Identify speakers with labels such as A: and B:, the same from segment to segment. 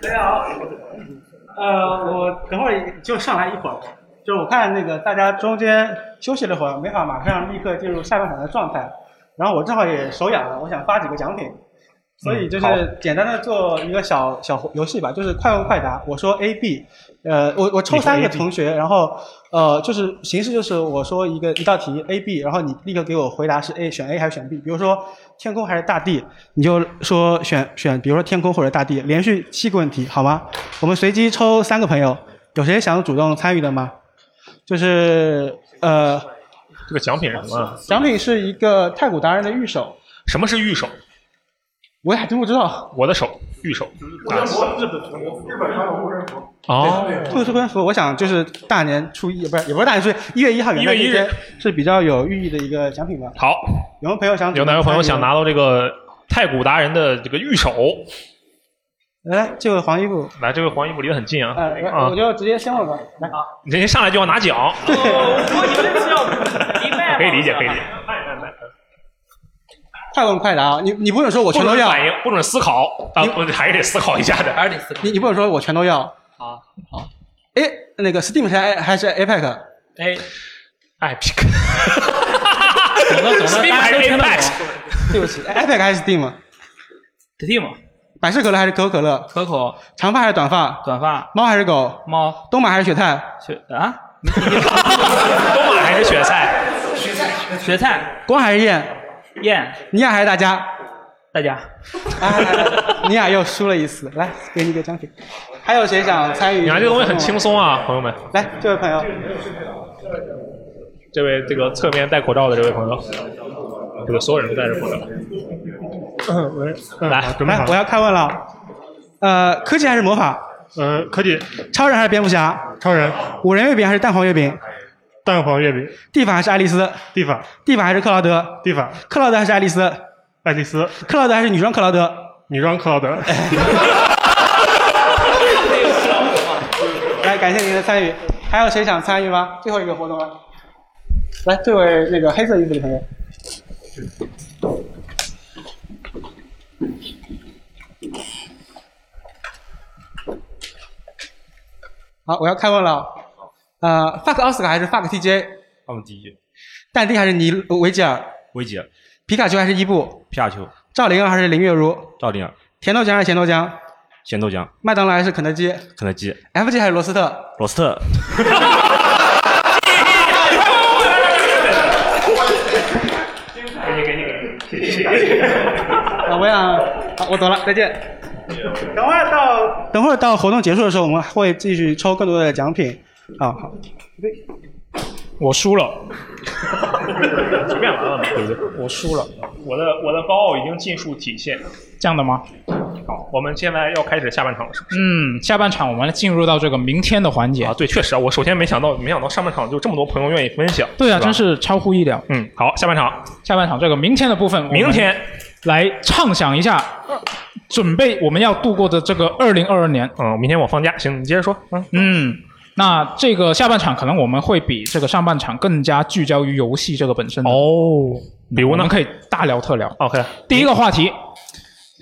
A: 家好。呃，我等会儿就上来一会儿，就是我看那个大家中间休息了会儿，没法马上立刻进入下半场的状态，然后我正好也手痒了，我想发几个奖品，所以就
B: 嗯好
A: 是简单的做一个小小游戏吧，就是快问快答。我说 A B，呃，我我抽
B: 你说
A: 三个
B: A B
A: 同学，然后呃，就是形式就是我说一个一道题 A B，然后你立刻给我回答是 A 选 A 还是选 B，比如说天空还是大地，你就说选选，比如说天空或者大地，连续七个问题，好吗？我们随机抽三个朋友，有谁想主动参与的吗？就是呃，
B: 这个奖品是什么？啊
A: 奖品是一个太古达人的玉手，
B: 什么是玉手？
A: 我还真不知道。
B: 我的手，玉手。啊
C: 日本日本传统护身符，
B: 哦，
A: 兔兔跟福，我想就是大年初一，不是也不是大年初一，一月一号元旦
B: 1
A: 这
B: 月1
A: 天是比较有寓意的一个奖品吧？
B: 好，
A: 有没有朋友想？
B: 有哪位朋友想？拿到这个太古达人的这个玉手？
A: 来，哎这个黄衣服，
B: 来，这位黄衣服离得很近啊，
A: 呃，
B: 啊
A: 我我就直接先问吧。来，
B: 你这一上来就要拿奖，
D: 我以为是要迪拜
B: 可以理解，可以理解。
A: 快问快答啊！你你不准说我
B: 不
A: 全都
B: 准
A: 要，
B: 反应，不准思考啊，
A: 你
B: 不还是得思考一下的。
D: 还是得思考。
A: 你你不准说我全都要。好，好。哎，那个 Steam 是 A 还是 APEC？
D: 哎，
B: 哎，屁
D: 懂了懂了，大家都听得懂。
A: 对 不起，APEC 还是 Steam？
D: Steam
A: 百事可乐还是可口可乐？
D: 可口
A: 长发还是短发？
D: 短发
A: 猫还是狗？
D: 猫
A: 东马还是雪菜？
D: 雪啊
B: 东马还是雪菜？
D: 雪菜
A: 光还是燕？
D: 燕
A: 尼亚还是大家？
D: 大家
A: 哎，尼亚又输了一次。来，给你一个奖品。还有谁想参与？
B: 你看这个东西很轻。松啊，朋友们。
A: 哎来，这位朋友，
B: 这位这个侧面戴口罩的这位朋友，这个所有人都戴着 口罩。
E: 嗯，喂，嗯
B: 来
E: 好准备
A: 来
E: 好，
A: 我
E: 了。
A: 要开问了。呃，科技还是魔法？
E: 呃，科技
A: 超人还是蝙蝠侠？
E: 超人
A: 五仁月饼还是蛋黄月饼？
E: 蛋黄月饼，
A: 蒂法还是爱丽丝？
E: 地法
A: 蒂法还是克劳德？
E: 地法
A: 克劳德还是爱丽丝？
E: 爱丽丝
A: 克劳德还是女装克劳德？
E: 女装克劳德，
A: 来，感谢您的参与。还有谁想参与吗？最后一个活动
C: 啊
A: 了。来，这位那个黑色衣服的朋友，好，我要开问了。呃，fuck 奥斯卡还是 fuck TJ？
F: 他们第一，
A: 但丁还是尼维吉尔？
F: 维吉尔、
A: 皮卡丘还是伊布？
F: 皮卡丘、
A: 赵灵儿还是林月如？
F: 赵灵儿、
A: 甜豆浆还是咸豆浆？
F: 咸豆浆、
A: 麦当劳还是肯德基
F: 肯德基、
A: ？FJ 还是罗斯特？
F: 罗斯特、
A: 啊，我想，好，我走了，再见。等会儿到，等会儿到活动结束的时候，我们会继续抽更多的奖品。啊，好，
B: 我输了，随便玩玩吧，对不对？我输了，我的我的高傲已经尽数体现。
G: 这样的吗？
B: 好，我们现在要开始下半场了，是不是？
G: 嗯，下半场我们进入到这个明天的环节
B: 啊，。对，确实啊，我首先没想到，没想到上半场就这么多朋友愿意分享。
G: 对啊，
B: 吧
G: 真。是超乎意料。
B: 嗯，好，下半场，
G: 下半场这个明天的部分，
B: 明天
G: 来畅想一下，准备我们要度过的这个二零二二年。
B: 嗯，明天我放假，行，你接着说。嗯，
G: 嗯，那这个下半场可能我们会比这个上半场更加聚焦于游戏这个本身。，
B: 哦，比如
G: 我
B: 呢
G: 们可以大聊特聊。
B: ？OK，
G: 第一个话题，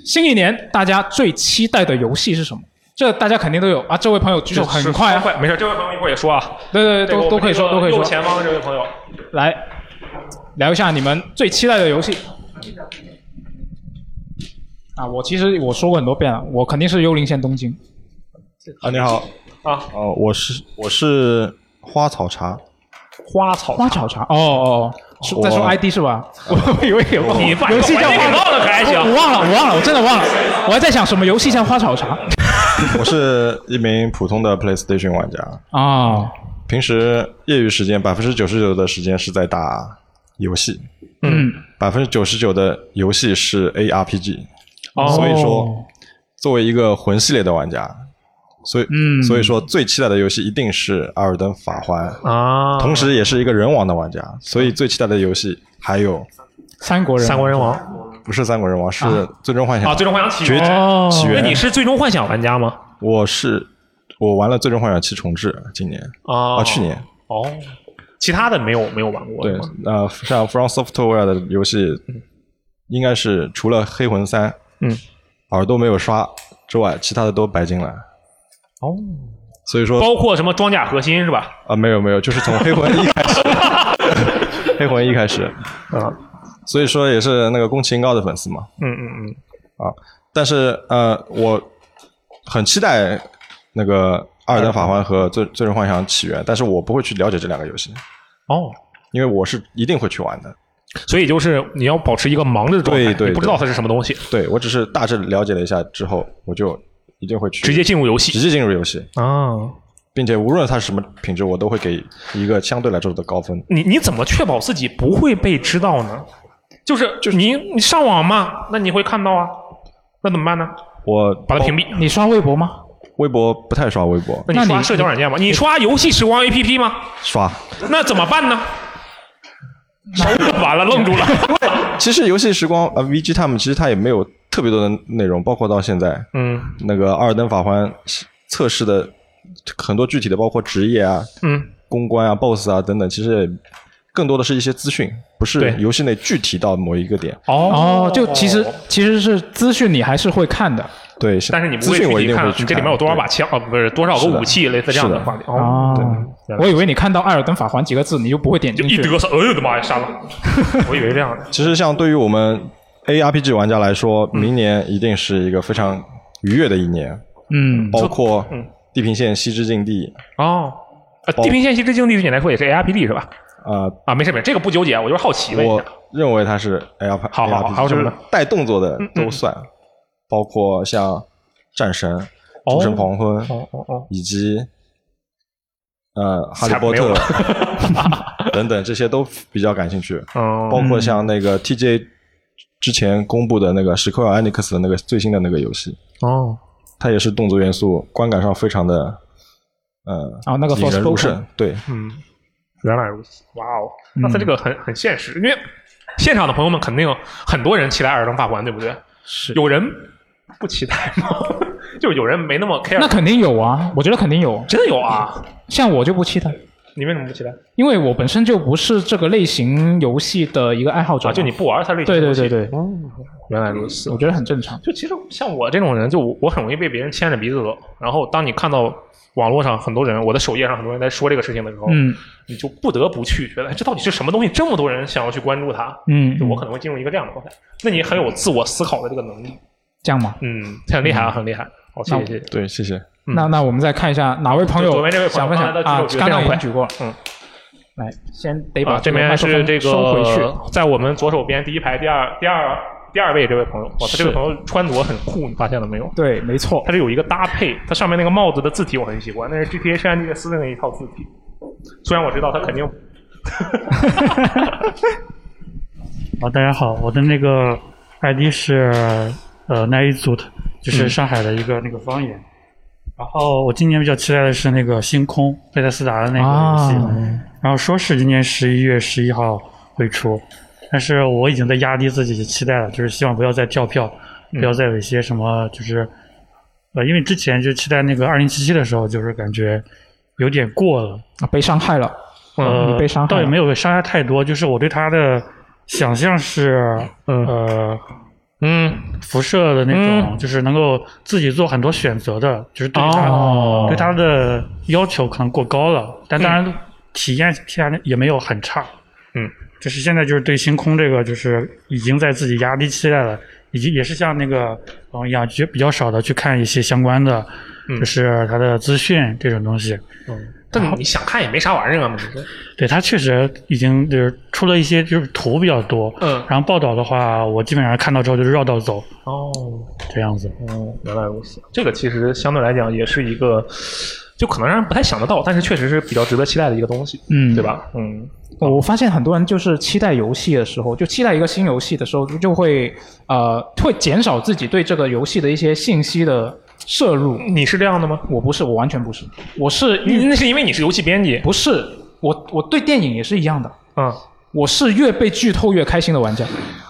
G: 新一年大家最期待的游戏是什么？这大家肯定都有啊！这位朋友举手很快啊，
B: 快，没事，这位朋友一会儿也说啊，
G: 对对对，
B: 这个
G: 都
B: 我
G: 都
B: 们
G: 可以
B: 这个
G: 说，都可以
B: 右
G: 说。
B: 前方的这位朋友，
G: 来聊一下你们最期待的游戏。啊，我其实我说过很多遍了，我肯定是《幽灵线：东京》。
H: 啊，你好，
B: 啊，
H: 哦，我是我是花草茶，
B: 花草
G: 花草茶，哦哦，哦，是在说
H: 我
G: ID 是吧？ 我以为有
B: 你把
G: 游戏叫
B: 环境
G: 花
B: 给忘了可还行
G: 我我忘了，我忘了，我真的忘了，我还在想什么游戏叫花草茶
H: 我是一名普通的 PlayStation 玩家，
G: 啊？
H: 平时业余时间百分之九十九的时间是在打游戏，
G: 嗯，
H: 百分之九十九的游戏是 ARPG，、
G: 哦
H: 所以说作为一个魂系列的玩家，所以、
G: 嗯
H: 所以说最期待的游戏一定是《艾尔登法环》
B: 啊
H: 同时也是一个人王的玩家，所以最期待的游戏还有
G: 三国人，
B: 三国人王
H: 不是《三国人王》，是《最终幻想》
B: 啊，最终幻想起
H: 决
B: 源。
G: 哦
H: 起
B: 那
H: 源。
B: 你是最终幻想玩家吗？
H: 我是我玩了《最终幻想七重置》，今年
B: 啊
H: 啊，去年
B: 哦，其他的没有没有玩过
H: 对
B: 是吗，
H: 呃，像 From Software 的游戏，应该是除了《黑魂三》，
B: 嗯，
H: 耳朵没有刷，之外，其他的都白金来。
B: 哦，
H: 所以说
B: 包括什么装甲核心是吧？
H: 啊，没有没有，就是从黑魂一开 始，黑魂一开始啊，所以说也是那个宫崎英高的粉丝嘛
B: 嗯嗯嗯，
H: 啊，但是呃，我很期待那个《阿尔登法环》和《最最终幻想起源》，但是我不会去了解这两个游戏，
B: 哦，
H: 因为我是一定会去玩的。
B: 所以就是你要保持一个盲着的状态，
H: 对对
B: 你不知
H: 对
B: 道它是什么东西，
H: 对我只是大致了解了一下之后，我就一定会去
B: 直接进入游戏
H: 直接进入游戏，
B: 啊。
H: 并且无论它是什么品质，我都会给一个相对来说的高分。
B: 你你怎么确保自己不会被知道呢？就是就是你你上网嘛，那你会看到啊，那怎么办呢？
H: 我
B: 把它屏蔽。
G: 你刷微博吗？
H: 微博不太刷微博，
B: 那你刷社交软件吧，你刷游戏时光 APP 吗？
H: 刷。
B: 那怎么办 呢？完了，愣住了。
H: 其实游戏时光呃 VG 他们其实它也没有特别多的内容，包括到现在，
B: 嗯，
H: 那个《阿尔登法环》测试的很多具体的，包括职业啊、
B: 嗯、
H: 公关啊、BOSS 啊等等，其实也更多的是一些资讯，不是
B: 对
H: 游戏内具体到某一个点。
B: 哦
G: 哦，就其实其实是资讯你还是会看的。
H: 对，是
B: 但是你不
H: 资
B: 会
H: 讯
B: 具
H: 我一
B: 体
H: 定
B: 看
H: 会
B: 你
H: 去
B: 这里面有多少把枪啊？不是多少个
H: 是的
B: 武器，类似这样的
H: 是的
B: 话题。
G: 哦，
B: 对
G: 我以为你看到《艾尔登法环》几个字，你就不会点
B: 就
G: 进
B: 一
G: 去。
B: 嘚瑟，哎呦我的妈呀，杀了！我以为这样的。
H: 其实像对于我们 ARPG 玩家来说，
B: 嗯
H: 明年一定是一个非常愉悦的一年，
G: 嗯，
H: 包括
B: 嗯
H: 地平线、西之境地
B: 哦，啊，地平线系之境地对你来说也是 ARPD 是吧？
H: 啊、呃
B: 啊，没事没事，这个不纠结，我就是好奇问一
H: 我
B: 下。
H: 认为它是 AR p
B: 好好好还有什么呢嗯
H: 带动作的都算，包括像战神、诸神黄昏，
B: 哦哦哦，
H: 以及呃哈利
B: 惨
H: 波
B: 没有
H: 特 等等这些都比较感兴趣，
B: 嗯，
H: 包括像那个 TJ 之前公布的那个史克尔艾尼克斯的那个最新的那个游戏，
B: 哦，
H: 它也是动作元素，观感上非常的。呃，
G: 啊那个
H: 引人入
G: Forspoken
H: 胜，对，
B: 嗯，原来如此，哇哦，
G: 嗯
B: 那他这个很很现实，因为现场的朋友们肯定很多人期待《尔登法环》，对不对？
G: 是
B: 有人不期待吗？ 就有人没那么 care，
G: 那肯定有啊，我觉得肯定有。
B: 真的有啊？
G: 像我就不期待，
B: 你为什么不期待？
G: 因为我本身就不是这个类型游戏的一个爱好者
B: 啊，
G: 嘛。
B: 就你不玩它类型
G: 对
B: 游
G: 对
B: 戏
G: 对，对，
B: 原来如此
G: 我。觉得很正常。
B: 就其实像我这种人，就我我很容易被别人牵着鼻子走。然后当你看到网络上很多人，我的首页上很多人在说这个事情的时候，
G: 嗯
B: 你就不得不去觉得哎这到底是什么东西？这么多人想要去关注它，
G: 嗯，
B: 就我可能会进入一个这样的状态。那你很有自我思考的这个能力，
G: 这样嘛。
B: 嗯，很厉害啊，很厉害。好，谢谢
G: 那
B: 谢谢。
H: 对，谢谢。
B: 嗯
G: 那那我们再看一下哪位朋友
B: 就左边这位朋友
G: 想分享
B: 刚才他
G: 啊
B: 举手举？得
G: 刚
B: 非常
G: 刚已
B: 快
G: 经举过了。
B: 嗯，
G: 来，先得把
B: 啊，这
G: 个麦
B: 边
G: 克
B: 是
G: 风
B: 这个
G: 收回去。
B: 在我们左手边第一排第二第二第二位这位朋友，哇，他这
G: 是
B: 位朋友穿着很酷，你发现了没有？
G: 对，没错
B: 它。是有一个搭配，它上面那个帽子的字体我很喜欢，那是 GTA 圣安地亚斯的那一套字体。虽然我知道它肯定
D: 啊，大家好，我的那个 ID 是呃 n a i z u t 就是
G: 嗯
D: 上海的一个那个方言。然后我今年比较期待的是那个《星空》贝塞斯达的那个游戏，
G: 啊
D: 然后说是今年十一月十一号会出，但是我已经在压低自己的期待了，就是希望不要再跳票，不
G: 嗯
D: 要再有一些什么就是呃，因为之前就期待那个二零七七的时候，就是感觉有点过了。
G: 啊被伤害了。
D: 呃，
G: 嗯被伤害
D: 倒也
G: 了
D: 没有被伤害太多，就是我对他的想象是，呃，
B: 嗯
D: 辐射的那种，
B: 嗯
D: 就是能够自己做很多选择的，就是对他、
G: 哦嗯
D: 对他的要求可能过高了，但当然体验下来也没有很差。
B: 嗯，
D: 就是现在就是对星空这个，就是已经在自己压低期待了，以及也是像那个嗯养殖比较少的去看一些相关的，
B: 嗯
D: 就是它的资讯这种东西。
B: 嗯，但你想看也没啥玩意儿啊，你说
D: 对他确实已经就是出了一些就是图比较多，
B: 嗯
D: 然后报道的话，我基本上看到之后就是绕道走
B: 哦，
D: 这样子。
B: 哦，原来如此。这个其实相对来讲也是一个，就可能让人不太想得到，但是确实是比较值得期待的一个东西，
G: 嗯
B: 对吧？嗯，
G: 我我发现很多人就是期待游戏的时候，就期待一个新游戏的时候，就会呃会减少自己对这个游戏的一些信息的摄入。
B: 你是这样的吗？
G: 我不是，我完全不是，我是
B: 你那是因为你是游戏编辑，
G: 不是我我对电影也是一样的，
B: 嗯，
G: 我是越被剧透越开心的玩家。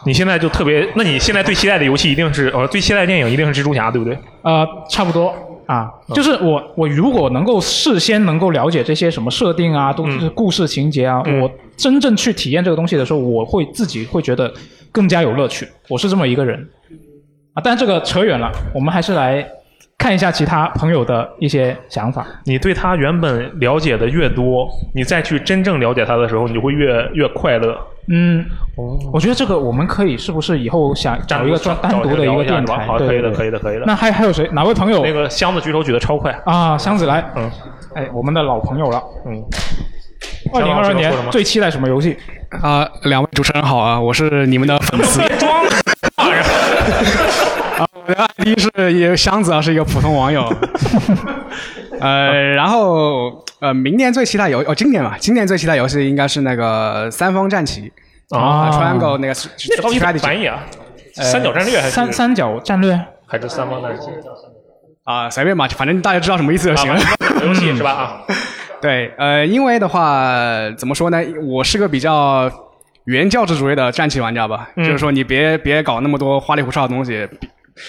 B: 你现在就特别，那你现在最期待的游戏一定是，呃，最期待的电影一定是蜘蛛侠，对不对？嗯
G: 呃，差不多啊，就是我我如果能够事先能够了解这些什么设定啊，都
B: 嗯
G: 是故事情节啊，
B: 嗯
G: 我真正去体验这个东西的时候，我会自己会觉得更加有乐趣。我是这么一个人啊，但这个扯远了，我们还是来看一下其他朋友的一些想法。
B: 你对他原本了解的越多，你再去真正了解他的时候，你会越越快乐。
G: 嗯，
B: 哦
G: 我觉得这个我们可以是不是以后想找一个专单
B: 找
G: 独的
B: 聊
G: 一个
B: 一下
G: 电
B: 是吧
G: 台？
B: 好，
G: 对
B: 可以的，
G: 对
B: 可以的，可以的。
G: 那还还有谁？哪位朋友？
B: 那个箱子举手举的超快，
G: 啊，箱子来，嗯，哎，我们的老朋友了，
B: 嗯，
G: 二零二二年
I: 箱子老师要说什么
G: 最期待什么游戏？
I: 啊、两位主持人好啊，我是你们的粉 丝。装啊，我的 ID 是一个箱子啊，是一个普通网友。 呃，然后呃，明年最期待游哦，今年吧，今年最期待游戏应该是那个三方战棋
B: 啊
I: ，Triangle 那个
B: 那到底怎么
I: strategy 呃
B: 翻译啊？三角战略还是
G: 呃三三角战略？
B: 还是三方战棋？
I: 啊、随便吧，反正大家知道什么意思就行了。
B: 游戏是吧？啊，
I: 对，呃，因为的话，怎么说呢？我是个比较原教旨主义的战棋玩家吧，
B: 嗯
I: 就是说你别别搞那么多花里胡哨的东西。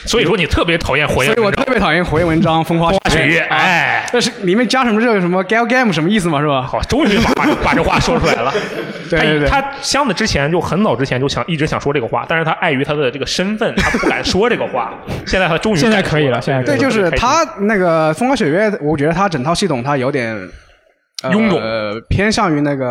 B: 所以说你特别讨厌火焰
I: 所以我特别讨厌火焰文 章、风花
B: 花雪月，
I: 啊
B: 哎，
I: 但是里面加什么这个什么 gal game 什么意思嘛，是吧？
B: 好，终于把把这话说出来了。
I: 对对对
B: 他他箱子之前就很早之前就想一直想说这个话，但是他碍于他的这个身份，他不敢说这个 话。现在他终于
I: 现在
B: 敢说
I: 可以了现在
B: 对
I: 对，就是
B: 特别开心
I: 他那个风花雪月，我觉得他整套系统他有点呃
B: 臃肿
I: 呃，偏向于那个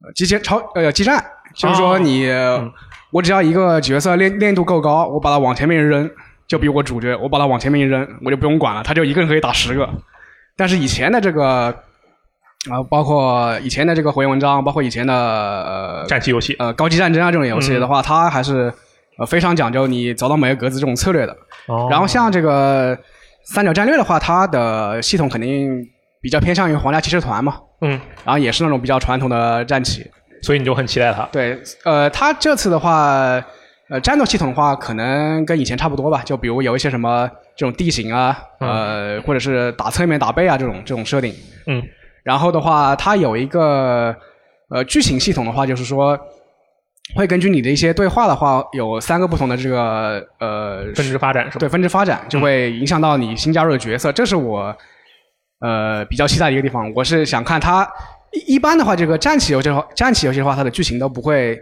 I: 呃极限超呃激战， 就是说你、
B: 哦
I: 呃
B: 嗯
I: 我只要一个角色练练度够高，我把它往前面一扔，就比我主角我把它往前面一扔，我就不用管了，他就一个人可以打十个。但是以前的这个啊、包括以前的这个火焰文章，包括以前的呃
B: 战棋游戏，嗯
I: 呃高级战争啊这种游戏的话，它还是呃非常讲究你走到每个格子这种策略的。
B: 哦
I: 然后像这个三角战略的话，它的系统肯定比较偏向于皇家骑士团嘛，
B: 嗯，
I: 然后也是那种比较传统的战棋，
B: 所以你就很期待它。
I: 对，呃，它这次的话，呃，战斗系统的话，可能跟以前差不多吧，就比如有一些什么这种地形啊，呃，或者是打侧面打背啊这种这种设定。
B: 嗯，
I: 然后的话，它有一个呃剧情系统的话，就是说会根据你的一些对话的话，有三个不同的这个呃
B: 分支发展是吧？
I: 对，分支发展就会影响到你新加入的角色，这是我呃比较期待的一个地方。我是想看它一一般的话，这个战棋游戏的话，战棋游戏的话，它的剧情都不会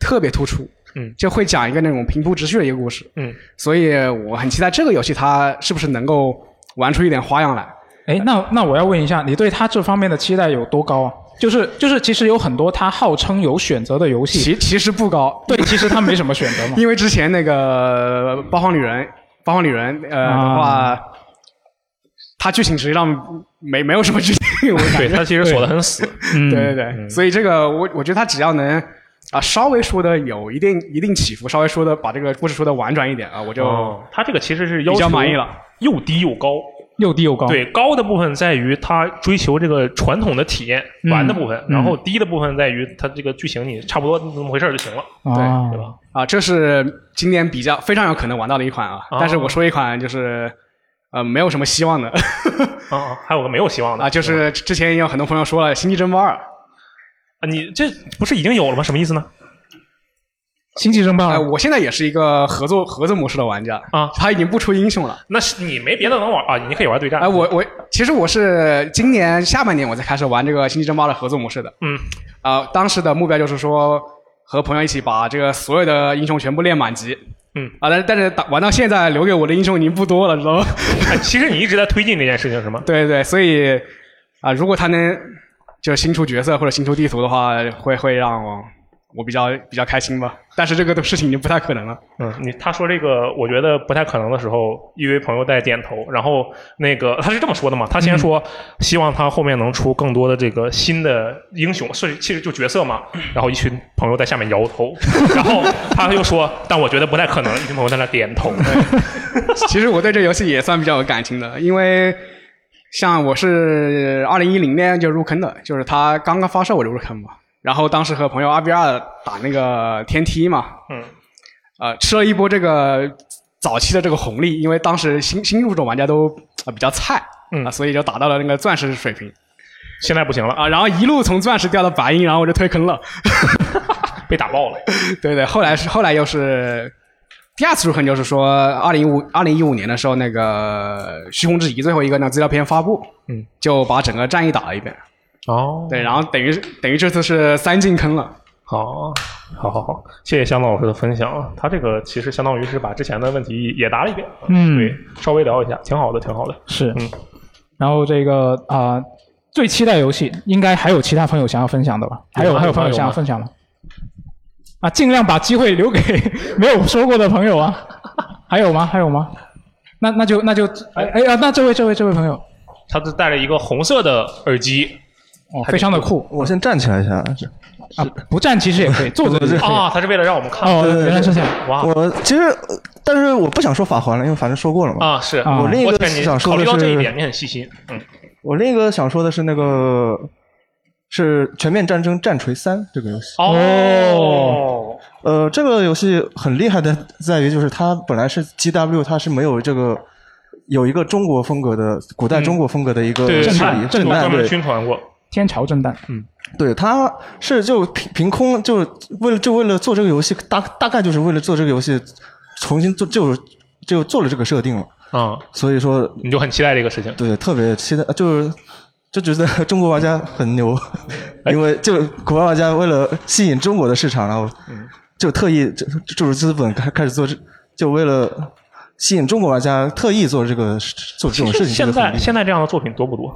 I: 特别突出，
B: 嗯
I: 就会讲一个那种平铺直叙的一个故事。
B: 嗯，
I: 所以我很期待这个游戏它是不是能够玩出一点花样来。
G: 哎，那那我要问一下，你对他这方面的期待有多高啊？就是就是，其实有很多他号称有选择的游戏，
I: 其其实不高。。
G: 对，其实他没什么选择嘛
I: 因为之前那个《八荒旅人》，《八荒旅人》呃、
G: 啊
I: 的话，它剧情实际上没没有什么剧情，我感觉
B: 对它其实锁得很死嗯
I: 对对对，
B: 嗯
I: 所以这个我我觉得它只要能啊稍微说的有一定一定起伏，稍微说的把这个故事说的婉转一点啊，我就、
B: 哦它这个其实是要
I: 比
B: 求
I: 较满意了，
B: 又低又高。
G: 又低又高
B: 对，高的部分在于它追求这个传统的体验
G: 嗯
B: 玩的部分，
G: 嗯
B: 然后低的部分在于它这个剧情你差不多那么回事儿就行了。
I: 啊
B: 对吧？
I: 啊，这是今年比较非常有可能玩到的一款啊，
B: 哦
I: 但是我说一款就是。呃，没有什么希望的
B: 啊，还有个没有希望的
I: 啊，就是之前也有很多朋友说了，《星际争霸二》
B: 啊，你这不是已经有了吗？什么意思呢？
G: 星际争霸、
I: 呃，我现在也是一个合作合作模式的玩家
B: 啊，
I: 他已经不出英雄了。
B: 那是你没别的能玩啊，你可以玩对战。
I: 哎、我我其实我是今年下半年我才开始玩这个《星际争霸》的合作模式的。
B: 嗯，
I: 啊、当时的目标就是说和朋友一起把这个所有的英雄全部练满级。
B: 嗯
I: 啊，但是但是打玩到现在，留给我的英雄已经不多了，知道吗？
B: 哎其实你一直在推进这件事情是吗？
I: 对对对，所以啊、如果他能就是新出角色或者新出地图的话，会会让我我比较比较开心吧。但是这个事情已经不太可能了。
B: 嗯，你他说这个，我觉呃得不太可能的时候，一位朋友在点头，然后那个他是这么说的嘛，他
I: 嗯
B: 先说希望他后面能出更多的这个新的英雄，是其实就角色嘛，然后一群朋友在下面摇头， 然后他又说，但我觉得不太可能，一群朋友在那点头，
I: 其实我对这游戏也算比较有感情的，因为像我是二零一零年就入坑的，就是它刚刚发售我就入坑嘛。然后当时和朋友二 v 二打那个天梯嘛，
B: 嗯，
I: 呃，吃了一波这个早期的这个红利，因为当时新新入手玩家都呃比较菜，
B: 嗯
I: 啊，所以就打到了那个钻石水平。
B: 现在不行了
I: 啊，然后一路从钻石掉到白银，然后我就退坑了，
B: 被打爆了。
I: 对对，后来是后来又是第二次入坑，就是说二零五二零一五年的时候，那个《虚空之遗》最后一个那个资料片发布，
B: 嗯，
I: 就把整个战役打了一遍。
B: 哦，
I: 对，然后等于等于这次是三进坑了。
B: 好，好好好，谢谢香老师的分享啊，他这个其实相当于是把之前的问题也答了一遍，
G: 嗯，
B: 对，嗯稍微聊一下，挺好的，挺好的。
G: 是，然后这个啊、最期待游戏应该还有其他朋友想要分享的吧？还有
B: 有吗
G: 还有朋友
B: 有吗
G: 想
B: 有
G: 要
B: 吗
G: 分享吗？啊，尽量把机会留给 没有说过的朋友啊。还有吗？还有吗？那那就那就哎哎啊，那这位这位这位朋友，
B: 他是戴了一个红色的耳机，
G: 哦，非常的酷。
C: 我先站起来一下。
G: 啊，不站其实也 可以，坐着也可以。
B: 啊，他是为了让我们看。
G: 哦
C: 对对对
G: 原来是这样
B: 哇
C: 我其实，呃但是我不想说法环了，因为反正说过了嘛。
B: 啊，是
C: 我另一
B: 我
C: 个
B: 劝你
C: 想
B: 考
C: 说
B: 虑
C: 的
B: 到
C: 是，
B: 这一点，你很细心。嗯，
C: 我另一个想说的是那个是《全面战争：战锤三》这个游戏。
B: 哦，
C: 呃，这个游戏很厉害的在于，就是它本来是 G W，它是没有这个有一个中国风格的古代中国风格的一个
B: 嗯对，
C: 势
B: 是
C: 力震
B: 专
C: 撼，
B: 门
C: 对，
B: 宣传过。
G: 天朝震荡，
B: 嗯，
C: 对，他是就凭凭空就为了就为了做这个游戏，大大概就是为了做这个游戏，重新做就就做了这个设定了。
B: 啊，
C: 所以说
B: 你就很期待这个事情。
C: 对，特别期待，就是就觉得中国玩家很牛，
B: 哎
C: 因为就国外玩家为了吸引中国的市场，然后
B: 嗯
C: 就特意就注入资本开开始做这，就为了吸引中国玩家特意做这个做这
B: 其
C: 种
B: 实
C: 事情，
B: 现
C: 这个很
B: 在
C: 厉害
B: 现在这样的作品多不多？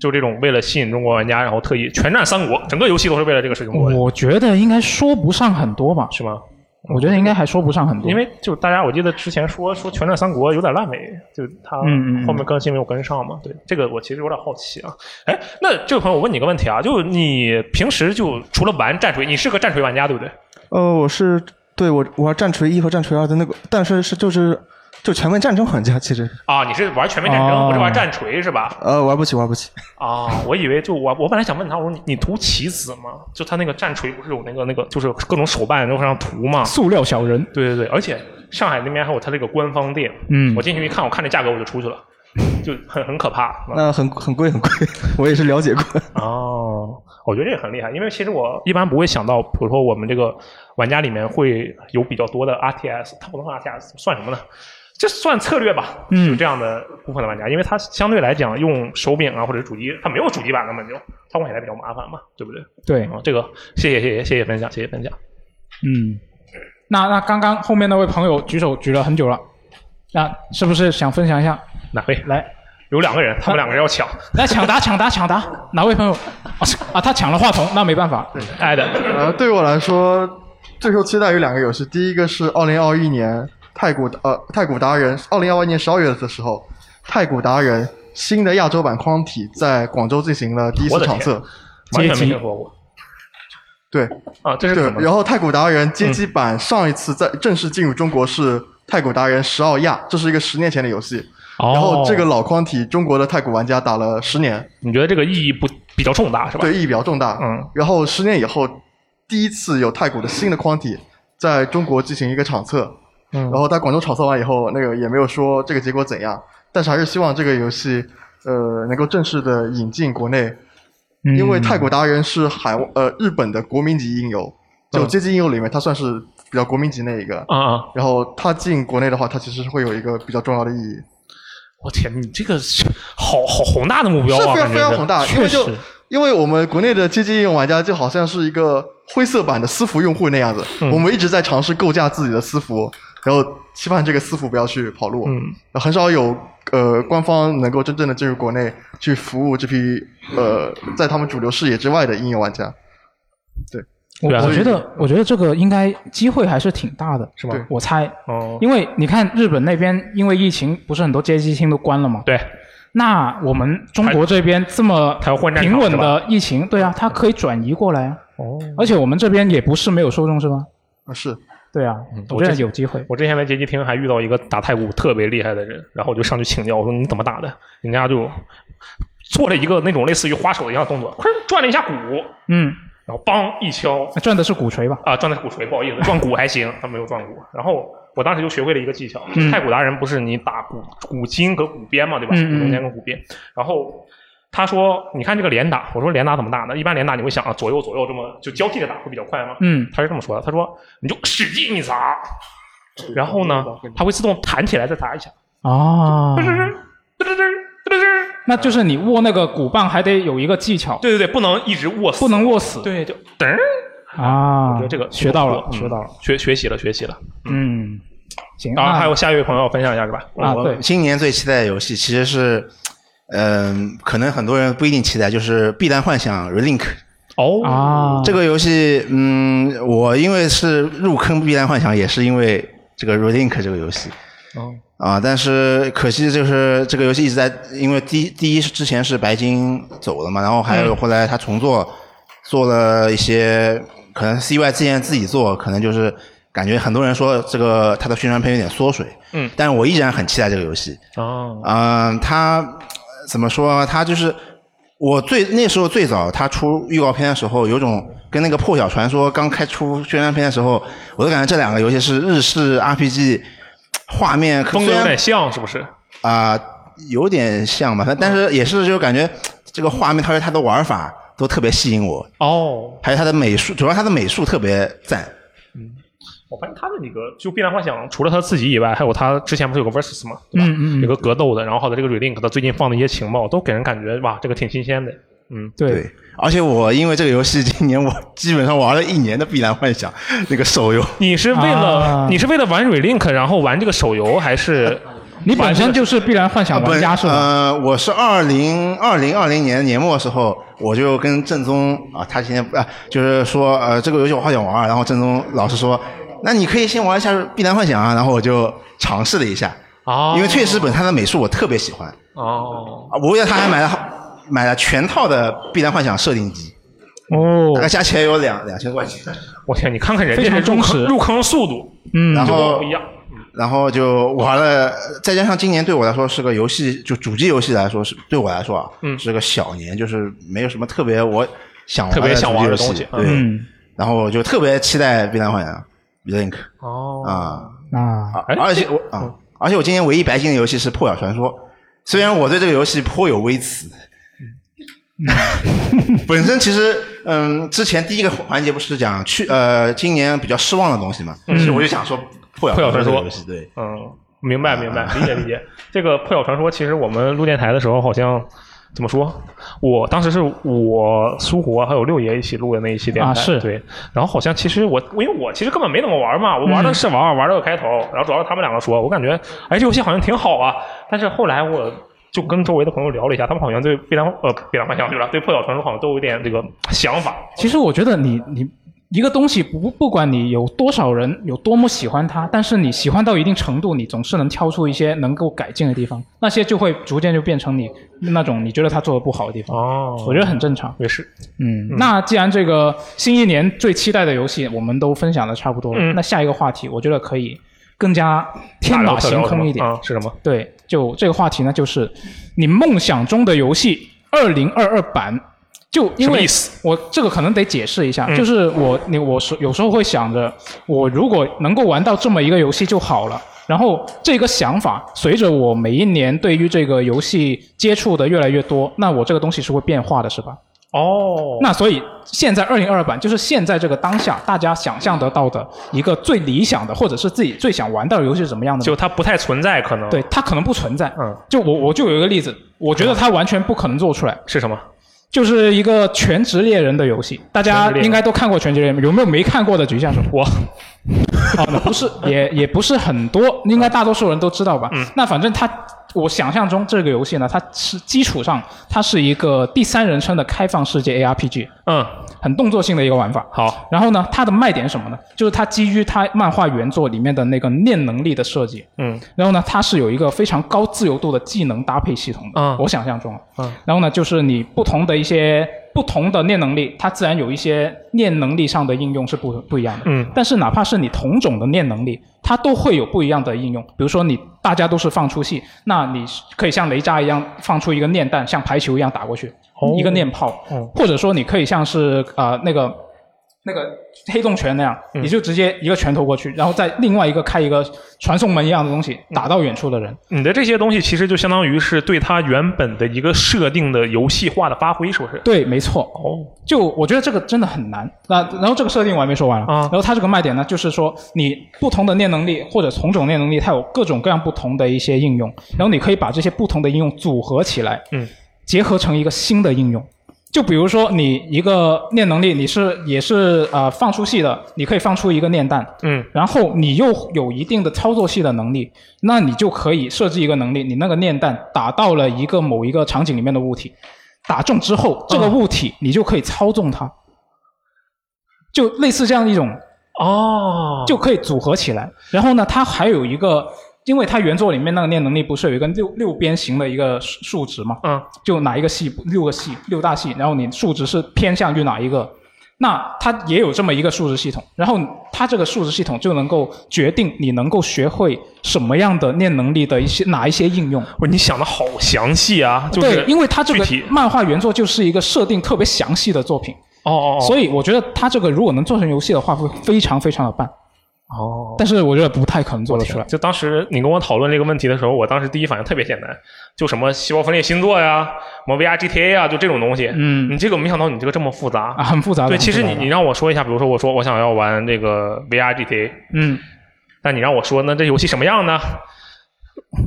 B: 就这种为了吸引中国玩家，然后特意全战三国，整个游戏都是为了这个事情做的，
G: 我觉得应该说不上很多吧？
B: 是吗？嗯
G: 我觉得应该还说不上很多，
B: 因为就大家我记得之前说说全战三国有点烂尾，就它
G: 嗯嗯嗯
B: 后面更新没有跟上嘛。对，这个我其实有点好奇啊。哎，那这位朋友，我问你个问题啊，就你平时就除了玩战锤，你是个战锤玩家对不对？
C: 呃，我是对我我玩战锤一和战锤二的那个，但是是就是就全面战争玩家，其实
B: 啊，你是玩全面战争，
C: 哦
B: 不是玩战锤是吧？
C: 呃玩不起玩不起。
B: 啊，我以为就我我本来想问他，我说你你涂棋子吗？就他那个战锤不是有那个那个就是各种手办都上涂吗？
G: 塑料小人，
B: 对对对，而且上海那边还有他这个官方店，
G: 嗯
B: 我进去一看，我看这价格我就出去了，就很很可怕。
C: 那很很贵很贵， 我也是了解过。
B: 哦，我觉得这个很厉害，因为其实我一般不会想到，比如说我们这个玩家里面会有比较多的 RTS，它不能算 RTS，算什么呢？这算策略吧，
G: 嗯
B: 就这样的部分的玩家，因为它相对来讲用手柄啊或者主机，它没有主机版根本就，操控起来比较麻烦嘛，对不对？
G: 对，
B: 啊、这个谢谢谢谢谢谢分享，谢谢分享。
G: 嗯，那那刚刚后面那位朋友举手举了很久了，那是不是想分享一下？
B: 哪位？
G: 来，
B: 有两个人，他们两个人要抢，
G: 来抢答抢答抢答，哪位朋友？啊是啊，他抢了话筒，那没办法。
B: 爱的，
J: 呃，对我来说，最受期待有两个游戏，第一个是二零二一年太古呃太古达人，二零二一年十二月的时候，太古达人新的亚洲版框体在广州进行了第一
B: 我
J: 次
B: 的
J: 场
B: 天
J: 测，
B: 完全没听说过
J: 对
B: 啊，这是
J: 对
B: 怎么，嗯
J: 然后太古达人街机版上一次在正式进入中国是太古达人十奥亚，这是一个十年前的游戏。
B: 哦
J: 然后这个老框体，中国的太古玩家打了十年，
B: 你觉得这个意义不比较重大是吧？
J: 对，意义比较重大。
B: 嗯，
J: 然后十年以后，第一次有太古的新的框体在中国进行一个场测，
B: 嗯
J: 然后在广州场测完以后，那个也没有说这个结果怎样，但是还是希望这个游戏呃能够正式的引进国内，
G: 嗯
J: 因为太古达人是海呃日本的国民级音游，就
B: 嗯
J: 街机音游里面它算是比较国民级那一个
B: 啊啊，
J: 然后它进国内的话，它其实会有一个比较重要的意义。
B: 我天，你这个是好好宏大的目标
J: 是非
B: 啊，感
J: 常
B: 觉
J: 非常
B: 是
J: 宏大，因
B: 确
J: 为就
B: 实。
J: 因为我们国内的街机应用玩家就好像是一个灰色版的私服用户那样子，
B: 嗯
J: 我们一直在尝试构架自己的私服，然后期盼这个私服不要去跑路。
B: 嗯，
J: 很少有呃官方能够真正的进入国内去服务这批呃在他们主流视野之外的应用玩家。对，
G: 我
J: 对啊
G: 我
J: 所
G: 觉
J: 以
G: 得我觉得这个应该机会还是挺大的，是
J: 吗对
G: 我猜，
B: 哦
G: 因为你看日本那边因为疫情，不是很多街机厅都关了吗？
B: 对。
G: 那我们中国这边这么
B: 战
G: 平
B: 场
G: 稳
B: 是吧
G: 的疫情，对啊，它可以转移过来啊。
B: 哦，
G: 而且我们这边也不是没有受众，是吧？
J: 是，
G: 对啊，我觉得有机会。
B: 嗯我之前在街机厅还遇到一个打太鼓特别厉害的人，然后我就上去请教，我说你怎么打的？人家就做了一个那种类似于花手一样的动作，咵转了一下鼓，
G: 嗯，
B: 然后梆一敲，
G: 赚的是鼓槌吧？
B: 啊，撞的是鼓槌，不好意思，撞鼓还行，他没有撞鼓。然后我当时就学会了一个技巧，
G: 嗯
B: 太鼓达人不是你打鼓鼓筋和鼓边嘛，对吧？
G: 嗯嗯
B: 鼓中间跟鼓边。然后他说：“你看这个连打。”我说：“连打怎么打呢？一般连打你会想啊，左右左右这么就交替着打会比较快吗？”
G: 嗯
B: 他是这么说的。他说：“你就使劲一砸，然后呢，它会自动弹起来再砸一下。
G: 啊，
B: 那
G: 就是你握那个鼓棒还得有一个技巧。
B: 对对对，不能一直握死，
G: 不能握死。
B: 对，就噔儿
G: 啊，
B: 我觉得这个
G: 学到了，
B: 嗯
G: 学到了。
B: 学学习了，学习了。
G: 嗯，行
B: 然后
G: 那啊
B: 还有下一位朋友分享一下是吧？
K: 我今年最期待的游戏其实是，嗯、可能很多人不一定期待，就是《碧蓝幻想 Relink》。
B: 哦
G: 啊
K: 这个游戏，嗯，我因为是入坑《碧蓝幻想》，也是因为这个 Relink 这个游戏。
B: 哦
K: 啊，但是可惜就是这个游戏一直在，因为第一第一是之前是白金走了嘛，然后还
B: 嗯
K: 有后来他重做，做了一些可能 CY 之前自己做，可能就是感觉很多人说这个他的宣传片有点缩水，
B: 嗯
K: 但我依然很期待这个游戏。
B: 哦，
K: 嗯，他怎么说啊？他就是我最那时候最早他出预告片的时候，有种跟那个《破晓传说》刚开出宣传片的时候，我都感觉这两个游戏是日式 RPG 画面，可
B: 风格
K: 虽
B: 有
K: 然
B: 点像是不是？
K: 啊、有点像吧，但但是也是就感觉这个画面，还有它的玩法都特别吸引我，
B: 哦，
K: 还有它的美术，主要它的美术特别赞。
B: 我发现他的那个就《碧蓝幻想》，除了他自己以外，还有他之前不是有个 versus 吗？
G: 嗯
B: 有个格斗的，然后还有这个 Relink，他最近放的一些情报，都给人感觉哇，这个挺新鲜的。嗯，
K: 对，而且我因为这个游戏，今年我基本上玩了一年的《碧蓝幻想》那个手游。
B: 你是为了、
K: 啊
B: 你是为了玩 Relink，然后玩这个手游，还是
G: 你本身就是必然
B: 啊
G: 幻想玩家是吧？
K: 啊呃，我是二零二零二零年年末的时候，我就跟正宗啊，他今天啊，就是说呃，这个游戏我好想玩啊，然后正宗老师说，那你可以先玩一下《碧蓝幻想》啊，然后我就尝试了一下，
B: 哦，
K: 因为确实本它的美术我特别喜欢
B: 哦，
K: 啊，我为了他还买了买了全套的《碧蓝幻想》设定机，
G: 哦，
K: 大概加起来有两两千块钱。
B: 我天，你看看人家
K: 非常
B: 这入
K: 忠实
B: 坑入坑速度，
G: 嗯
K: 然
B: 就跟我
K: 后
B: 不一样。
K: 然后就玩了，再加上今年对我来说是个游戏，就主机游戏来说是对我来说啊，
B: 嗯
K: 是个小年，就是没有什么特别我想玩
B: 特别想玩的
K: 主机游戏
B: 东西
K: 对，
B: 嗯
K: 然后我就特别期待《碧蓝幻想》Link
B: 哦哎
K: 啊、
G: 啊，
K: 啊而且我
B: 嗯
K: 啊，而且我今年唯一白金的游戏是《破晓传说》，虽然我对这个游戏颇有微词。本身其实，嗯，之前第一个环节不是讲去呃，今年比较失望的东西嘛，
B: 嗯
K: 其实我就想说破晓
B: 破晓传
K: 传
B: 说
K: 说这个游戏，对，
B: 嗯，明
G: 啊
B: 白明白，理解理解。这个《破晓传说》其实我们录电台的时候好像。怎么说？我当时是我苏活还有六爷一起录的那一期电台，
G: 啊是
B: 对。然后好像其实我，因为我其实根本没怎么玩嘛，我
G: 嗯
B: 玩的是玩、玩了个开头，然后主要是他们两个说，我感觉哎这游戏好像挺好啊。但是后来我就跟周围的朋友聊了一下，他们好像对《碧蓝呃碧蓝幻想》去了，对《破晓传说》好像都有点这个想法。
G: 其实我觉得你你一个东西不不管你有多少人有多么喜欢它，但是你喜欢到一定程度，你总是能挑出一些能够改进的地方，那些就会逐渐就变成你那种你觉得它做的不好的地方。
B: 哦，
G: 我觉得很正常。
B: 也是，
G: 嗯，那既然这个新一年最期待的游戏我们都分享的差不多了，
B: 嗯
G: 那下一个话题我觉得可以更加天
B: 大聊
G: 马
B: 特
G: 行
B: 聊
G: 空一点
B: 啊，是什么？
G: 对，就这个话题呢，就是你梦想中的游戏二零二二版。就因
B: 什么
G: 为
B: 意思
G: 我这个可能得解释一下，
B: 嗯
G: 就是我你我是有时候会想着，我如果能够玩到这么一个游戏就好了。然后这个想法随着我每一年对于这个游戏接触的越来越多，那我这个东西是会变化的，是吧？
B: 哦，
G: 那所以现在二零二二版就是现在这个当下大家想象得到的一个最理想的，或者是自己最想玩到的游戏是怎么样的呢？
B: 就它不太存在，可能
G: 对，它可能不存在。
B: 嗯，
G: 就我我就有一个例子，我觉得它完全不可能做出来。
B: 是什么？
G: 就是一个全职猎人的游戏，大
B: 全
G: 家
B: 职猎人
G: 应该都看过全职猎人，有没有没看过的举一下手？
B: 我，
G: 哦，那不是，也也不是很多，应该大多数人都知道吧？
B: 嗯
G: 那反正它，我想象中这个游戏呢，它是基础上它是一个第三人称的开放世界 ARPG，
B: 嗯，
G: 很动作性的一个玩法。
B: 好，
G: 然后呢，它的卖点是什么呢？就是它基于它漫画原作里面的那个念能力的设计，
B: 嗯，
G: 然后呢，它是有一个非常高自由度的技能搭配系统的。
B: 嗯
G: 我想象中啊。
B: 嗯
G: 然后呢，就是你不同的一些不同的念能力，它自然有一些念能力上的应用是不不一样的。
B: 嗯
G: 但是哪怕是你同种的念能力，它都会有不一样的应用。比如说你大家都是放出系，那你可以像雷炸一样放出一个念弹，像排球一样打过去，
B: 哦
G: 一个念炮，
B: 嗯
G: 或者说你可以像是呃那个那个黑洞拳那样，
B: 嗯
G: 你就直接一个拳头过去，然后再另外一个开一个传送门一样的东西
B: 嗯
G: 打到远处的人。
B: 你的这些东西其实就相当于是对它原本的一个设定的游戏化的发挥，是不是？
G: 对，没错。
B: 哦，
G: 就我觉得这个真的很难。那然后这个设定我还没说完啊。然后它这个卖点呢，就是说你不同的念能力或者同种念能力，它有各种各样不同的一些应用，然后你可以把这些不同的应用组合起来，
B: 嗯，
G: 结合成一个新的应用。就比如说你一个念能力，你是也是呃放出系的，你可以放出一个念蛋，
B: 嗯，
G: 然后你又有一定的操作系的能力，那你就可以设置一个能力，你那个念蛋打到了一个某一个场景里面的物体，打中之后，这个物体你就可以操纵它，就类似这样一种
B: 哦，
G: 就可以组合起来。然后呢，它还有一个，因为它原作里面那个念能力不是有一个六六边形的一个数数值嘛？
B: 嗯，
G: 就哪一个系六个系六大系，然后你数值是偏向于哪一个？那它也有这么一个数值系统，然后它这个数值系统就能够决定你能够学会什么样的念能力的一些哪一些应用。
B: 不，你想的好详细啊，就是
G: 对，因为它这个
B: 具体
G: 漫画原作就是一个设定特别详细的作品，
B: 哦哦哦，
G: 所以我觉得它这个如果能做成游戏的话，会非常非常的棒。
B: 哦，
G: 但是我觉得不太可能做得出来。
B: 就当时你跟我讨论这个问题的时候，我当时第一反应特别简单，就什么细胞分裂星座呀、什么 VR GTA 呀，就这种东西。
G: 嗯，
B: 你这个没想到你这个这么复杂
G: 啊，很复杂的
B: 对，
G: 很复
B: 其实你
G: 杂的
B: 你让我说一下，比如说我说我想要玩这个 VR GTA，
G: 嗯，
B: 但你让我说那这游戏什么样呢？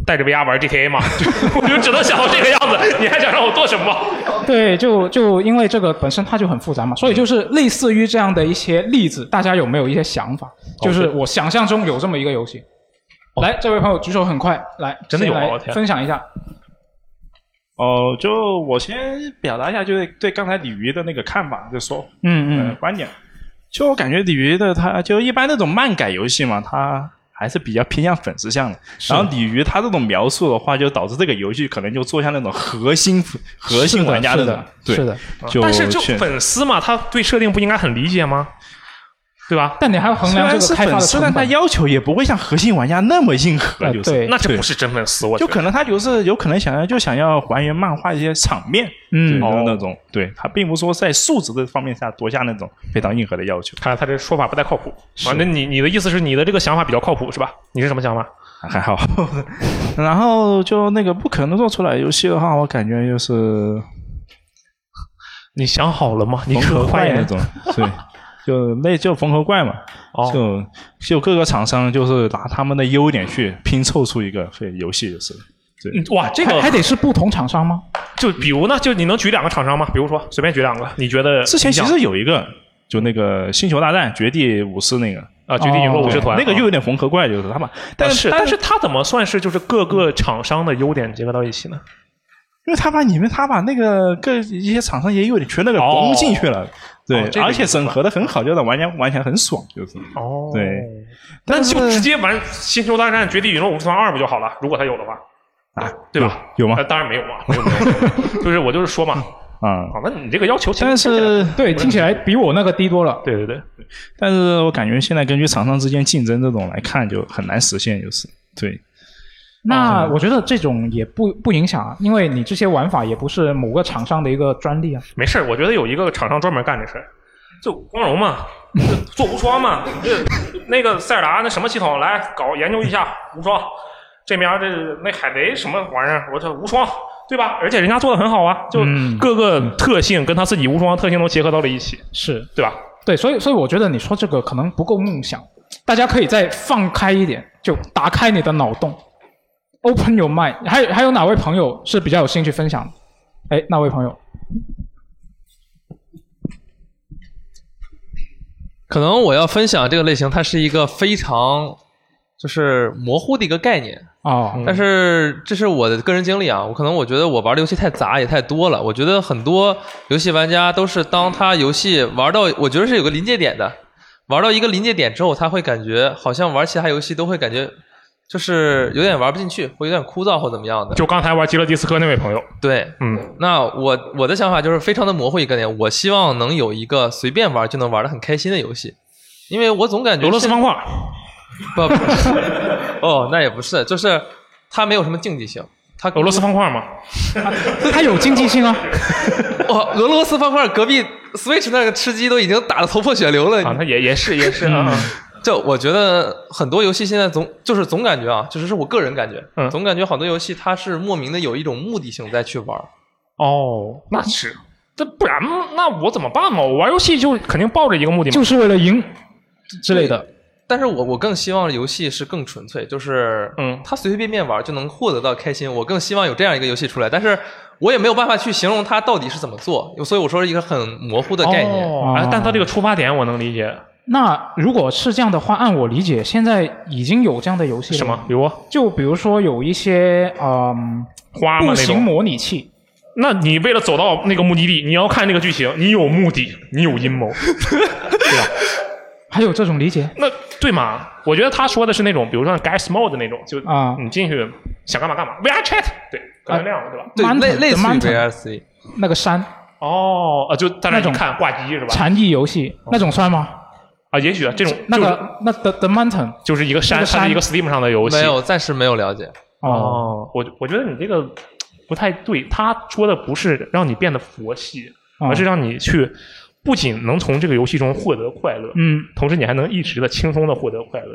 B: 带着 VR 玩 GTA 嘛，就 我就只能想到这个样子，你还想让我做什么？
G: 对，就就因为这个本身它就很复
B: 哦
G: 杂嘛，所以就是类似于这样的一些例子，大家有没有一些想法？
B: 哦
G: 就是我想象中有这么一个游戏。来，这位朋友举手很快，来，
L: 真的有
B: 啊
G: 谁来
L: 我天
G: 分享一下。
L: 哦，就我先表达一下，就是对刚才鲤鱼的那个看法，就说，
G: 嗯嗯
L: 呃观点。就我感觉鲤鱼的他，就一般那种漫改游戏嘛，他还是比较偏向粉丝向的。然后鲤鱼他这种描述的话，就导致这个游戏可能就做向那种核心核心玩家
B: 是
L: 那
B: 的
L: 种，对，
B: 是的
L: 啊就
B: 但是就
L: 确
B: 粉丝嘛，他对设定不应该很理解吗？对吧？
G: 但你还要衡量这个
L: 虽然是
G: 开发的
L: 粉丝，
G: 成
L: 但他
G: 本。啊呃
L: 要求也不会像核心玩家那么硬核，就是、
G: 对
B: 那这不是真粉丝，我觉
L: 就
B: 得
L: 可能他就是有可能想要就想要还原漫画一些场面，
G: 嗯
B: 哦
L: 就是那种，对他并不说在数值这方面下多下那种非常硬核的要求。
B: 看来他这说法不太靠谱。反正你你的意思是你的这个想法比较靠谱是吧？你是什么想法？
L: 还好。 然后就那个不可能做出来的游戏的话，我感觉就是
B: 你想 好了吗？你
L: 缝
B: 可
L: 合
B: 快
L: 怪那
B: 呀
L: 种， 对，就那就缝合怪嘛，
B: 哦
L: 就就各个厂商就是拿他们的优点去拼凑出一个非游戏，就是对。
B: 嗯哇，这
G: 还
B: 个
G: 还得是不同厂商吗？
B: 就比如呢，就你能举两个厂商吗？比如说随便举两个，你觉得
L: 之前其实
B: 你想
L: 有一个，就那个《星球大战》《绝地武士》那个哦
B: 啊绝地陨落武士团
L: 对那个就有点缝合怪，就是他们，但
B: 啊是
L: 但
B: 但是他怎么算是就是各个厂商的优点结合到一起呢？
L: 因为他把你们他把那个各一些厂商也有点全那个
B: 哦
L: 融进去了，对，
B: 这个
L: 而且
B: 意思
L: 整合的很好，就让玩家玩起来很爽，就是
B: 哦，
L: 对，
B: 那就直接玩《星球大战：绝地陨落武士团二》不就好了？如果他有的话，
L: 啊，
B: 对吧？
L: 有吗
B: 呃？当然没 有嘛，没有没有， 就是我就是说嘛，
L: 啊，
B: 好，那你这个要求其实
L: 但
B: 听起来
L: 是
G: 对，听起来比我那个低多了。
B: 对对对，
L: 但是我感觉现在根据厂商之间竞争这种来看，就很难实现，就是对。
B: 哦
G: 那我觉得这种也不不影响啊，因为你这些玩法也不是某个厂商的一个专利啊。
B: 没事儿，我觉得有一个厂商专门干这事儿，就光荣嘛，就做无双嘛，这那个塞尔达那什么系统来搞研究一下无双，这面儿这那海贼什么玩意儿，我这无双对吧？而且人家做的很好啊，就
G: 嗯
B: 各个特性跟他自己无双的特性都结合到了一起，
G: 是
B: 对吧？
G: 对，所以所以我觉得你说这个可能不够梦想，大家可以再放开一点，就打开你的脑洞，open your mind。还有还有哪位朋友是比较有兴趣分享的？哎，那位朋 友，
M: 可能我要分享这个类型，它是一个非常就是模糊的一个概念。
G: 哦，
M: 但是这是我的个人经历啊，我可能我觉得我玩的游戏太杂也太多了。我觉得很多游戏玩家都是当他游戏玩到，我觉得是有个临界点的，玩到一个临界点之后，他会感觉好像玩其他游戏都会感觉就是有点玩不进去，会有点枯燥或怎么样的。
B: 就刚才玩《极乐迪斯科》那位朋友，
M: 对，
B: 嗯，
M: 那我我的想法就是非常的模糊一个点，我希望能有一个随便玩就能玩的很开心的游戏，因为我总感觉
B: 俄罗斯
M: 现
B: 方块，
M: 不不是，哦，那也不是，就是它没有什么竞技性，它俄
B: 罗斯方块吗？
G: 它有竞技性啊！
M: 哦，俄罗斯方块隔壁 Switch 那个吃鸡都已经打得头破血流了嗯
B: 啊，那也也是也是啊。
M: 就我觉得很多游戏现在总就是总感觉啊，就是是我个人感觉，
B: 嗯
M: 总感觉好多游戏它是莫名的有一种目的性在去玩。
B: 哦，那是，这不然那我怎么办嘛？我玩游戏就肯定抱着一个目的嘛，
G: 就是为了赢之类的。
M: 但是我我更希望游戏是更纯粹，就是嗯，他随随便便玩就能获得到开心。我更希望有这样一个游戏出来，但是我也没有办法去形容它到底是怎么做，所以我说是一个很模糊的概念。
B: 哦哎但它这个出发点我能理解。
G: 那如果是这样的话，按我理解，现在已经有这样的游戏了。
B: 什么？有啊。
G: 就比如说有一些嗯，
B: 花嘛
G: 步
B: 那种
G: 行模拟器。
B: 那你为了走到那个目的地，你要看那个剧情，你有目的，你有 阴谋，对吧？
G: 还有这种理解？
B: 那对嘛？我觉得他说的是那种，比如说像 Gas Mode 那种，就
G: 啊，
B: 你进去想干嘛干嘛，VR Chat，对，可能那样的，对吧？
M: 对，类类似于
G: Mountain
M: VR C。
G: 呃那个山
B: 哦，啊，就在那
G: 那
B: 里
G: 种
B: 看挂机是吧？
G: 禅意游戏那种算吗？
B: 啊，也许啊，这种
G: 那
B: 就是
G: 个那 The The Mountain
B: 就是一个
G: 那
B: 山，
G: 个
B: 它
G: 山
B: 是一个 Steam 上的游戏。
M: 没有，暂时没有了解。
B: 哦，我我觉得你这个不太对，他说的不是让你变得佛系，
M: 哦
B: 而是让你去不仅能从这个游戏中获得快乐，
G: 嗯，
B: 同时你还能一直的轻松的获得快乐，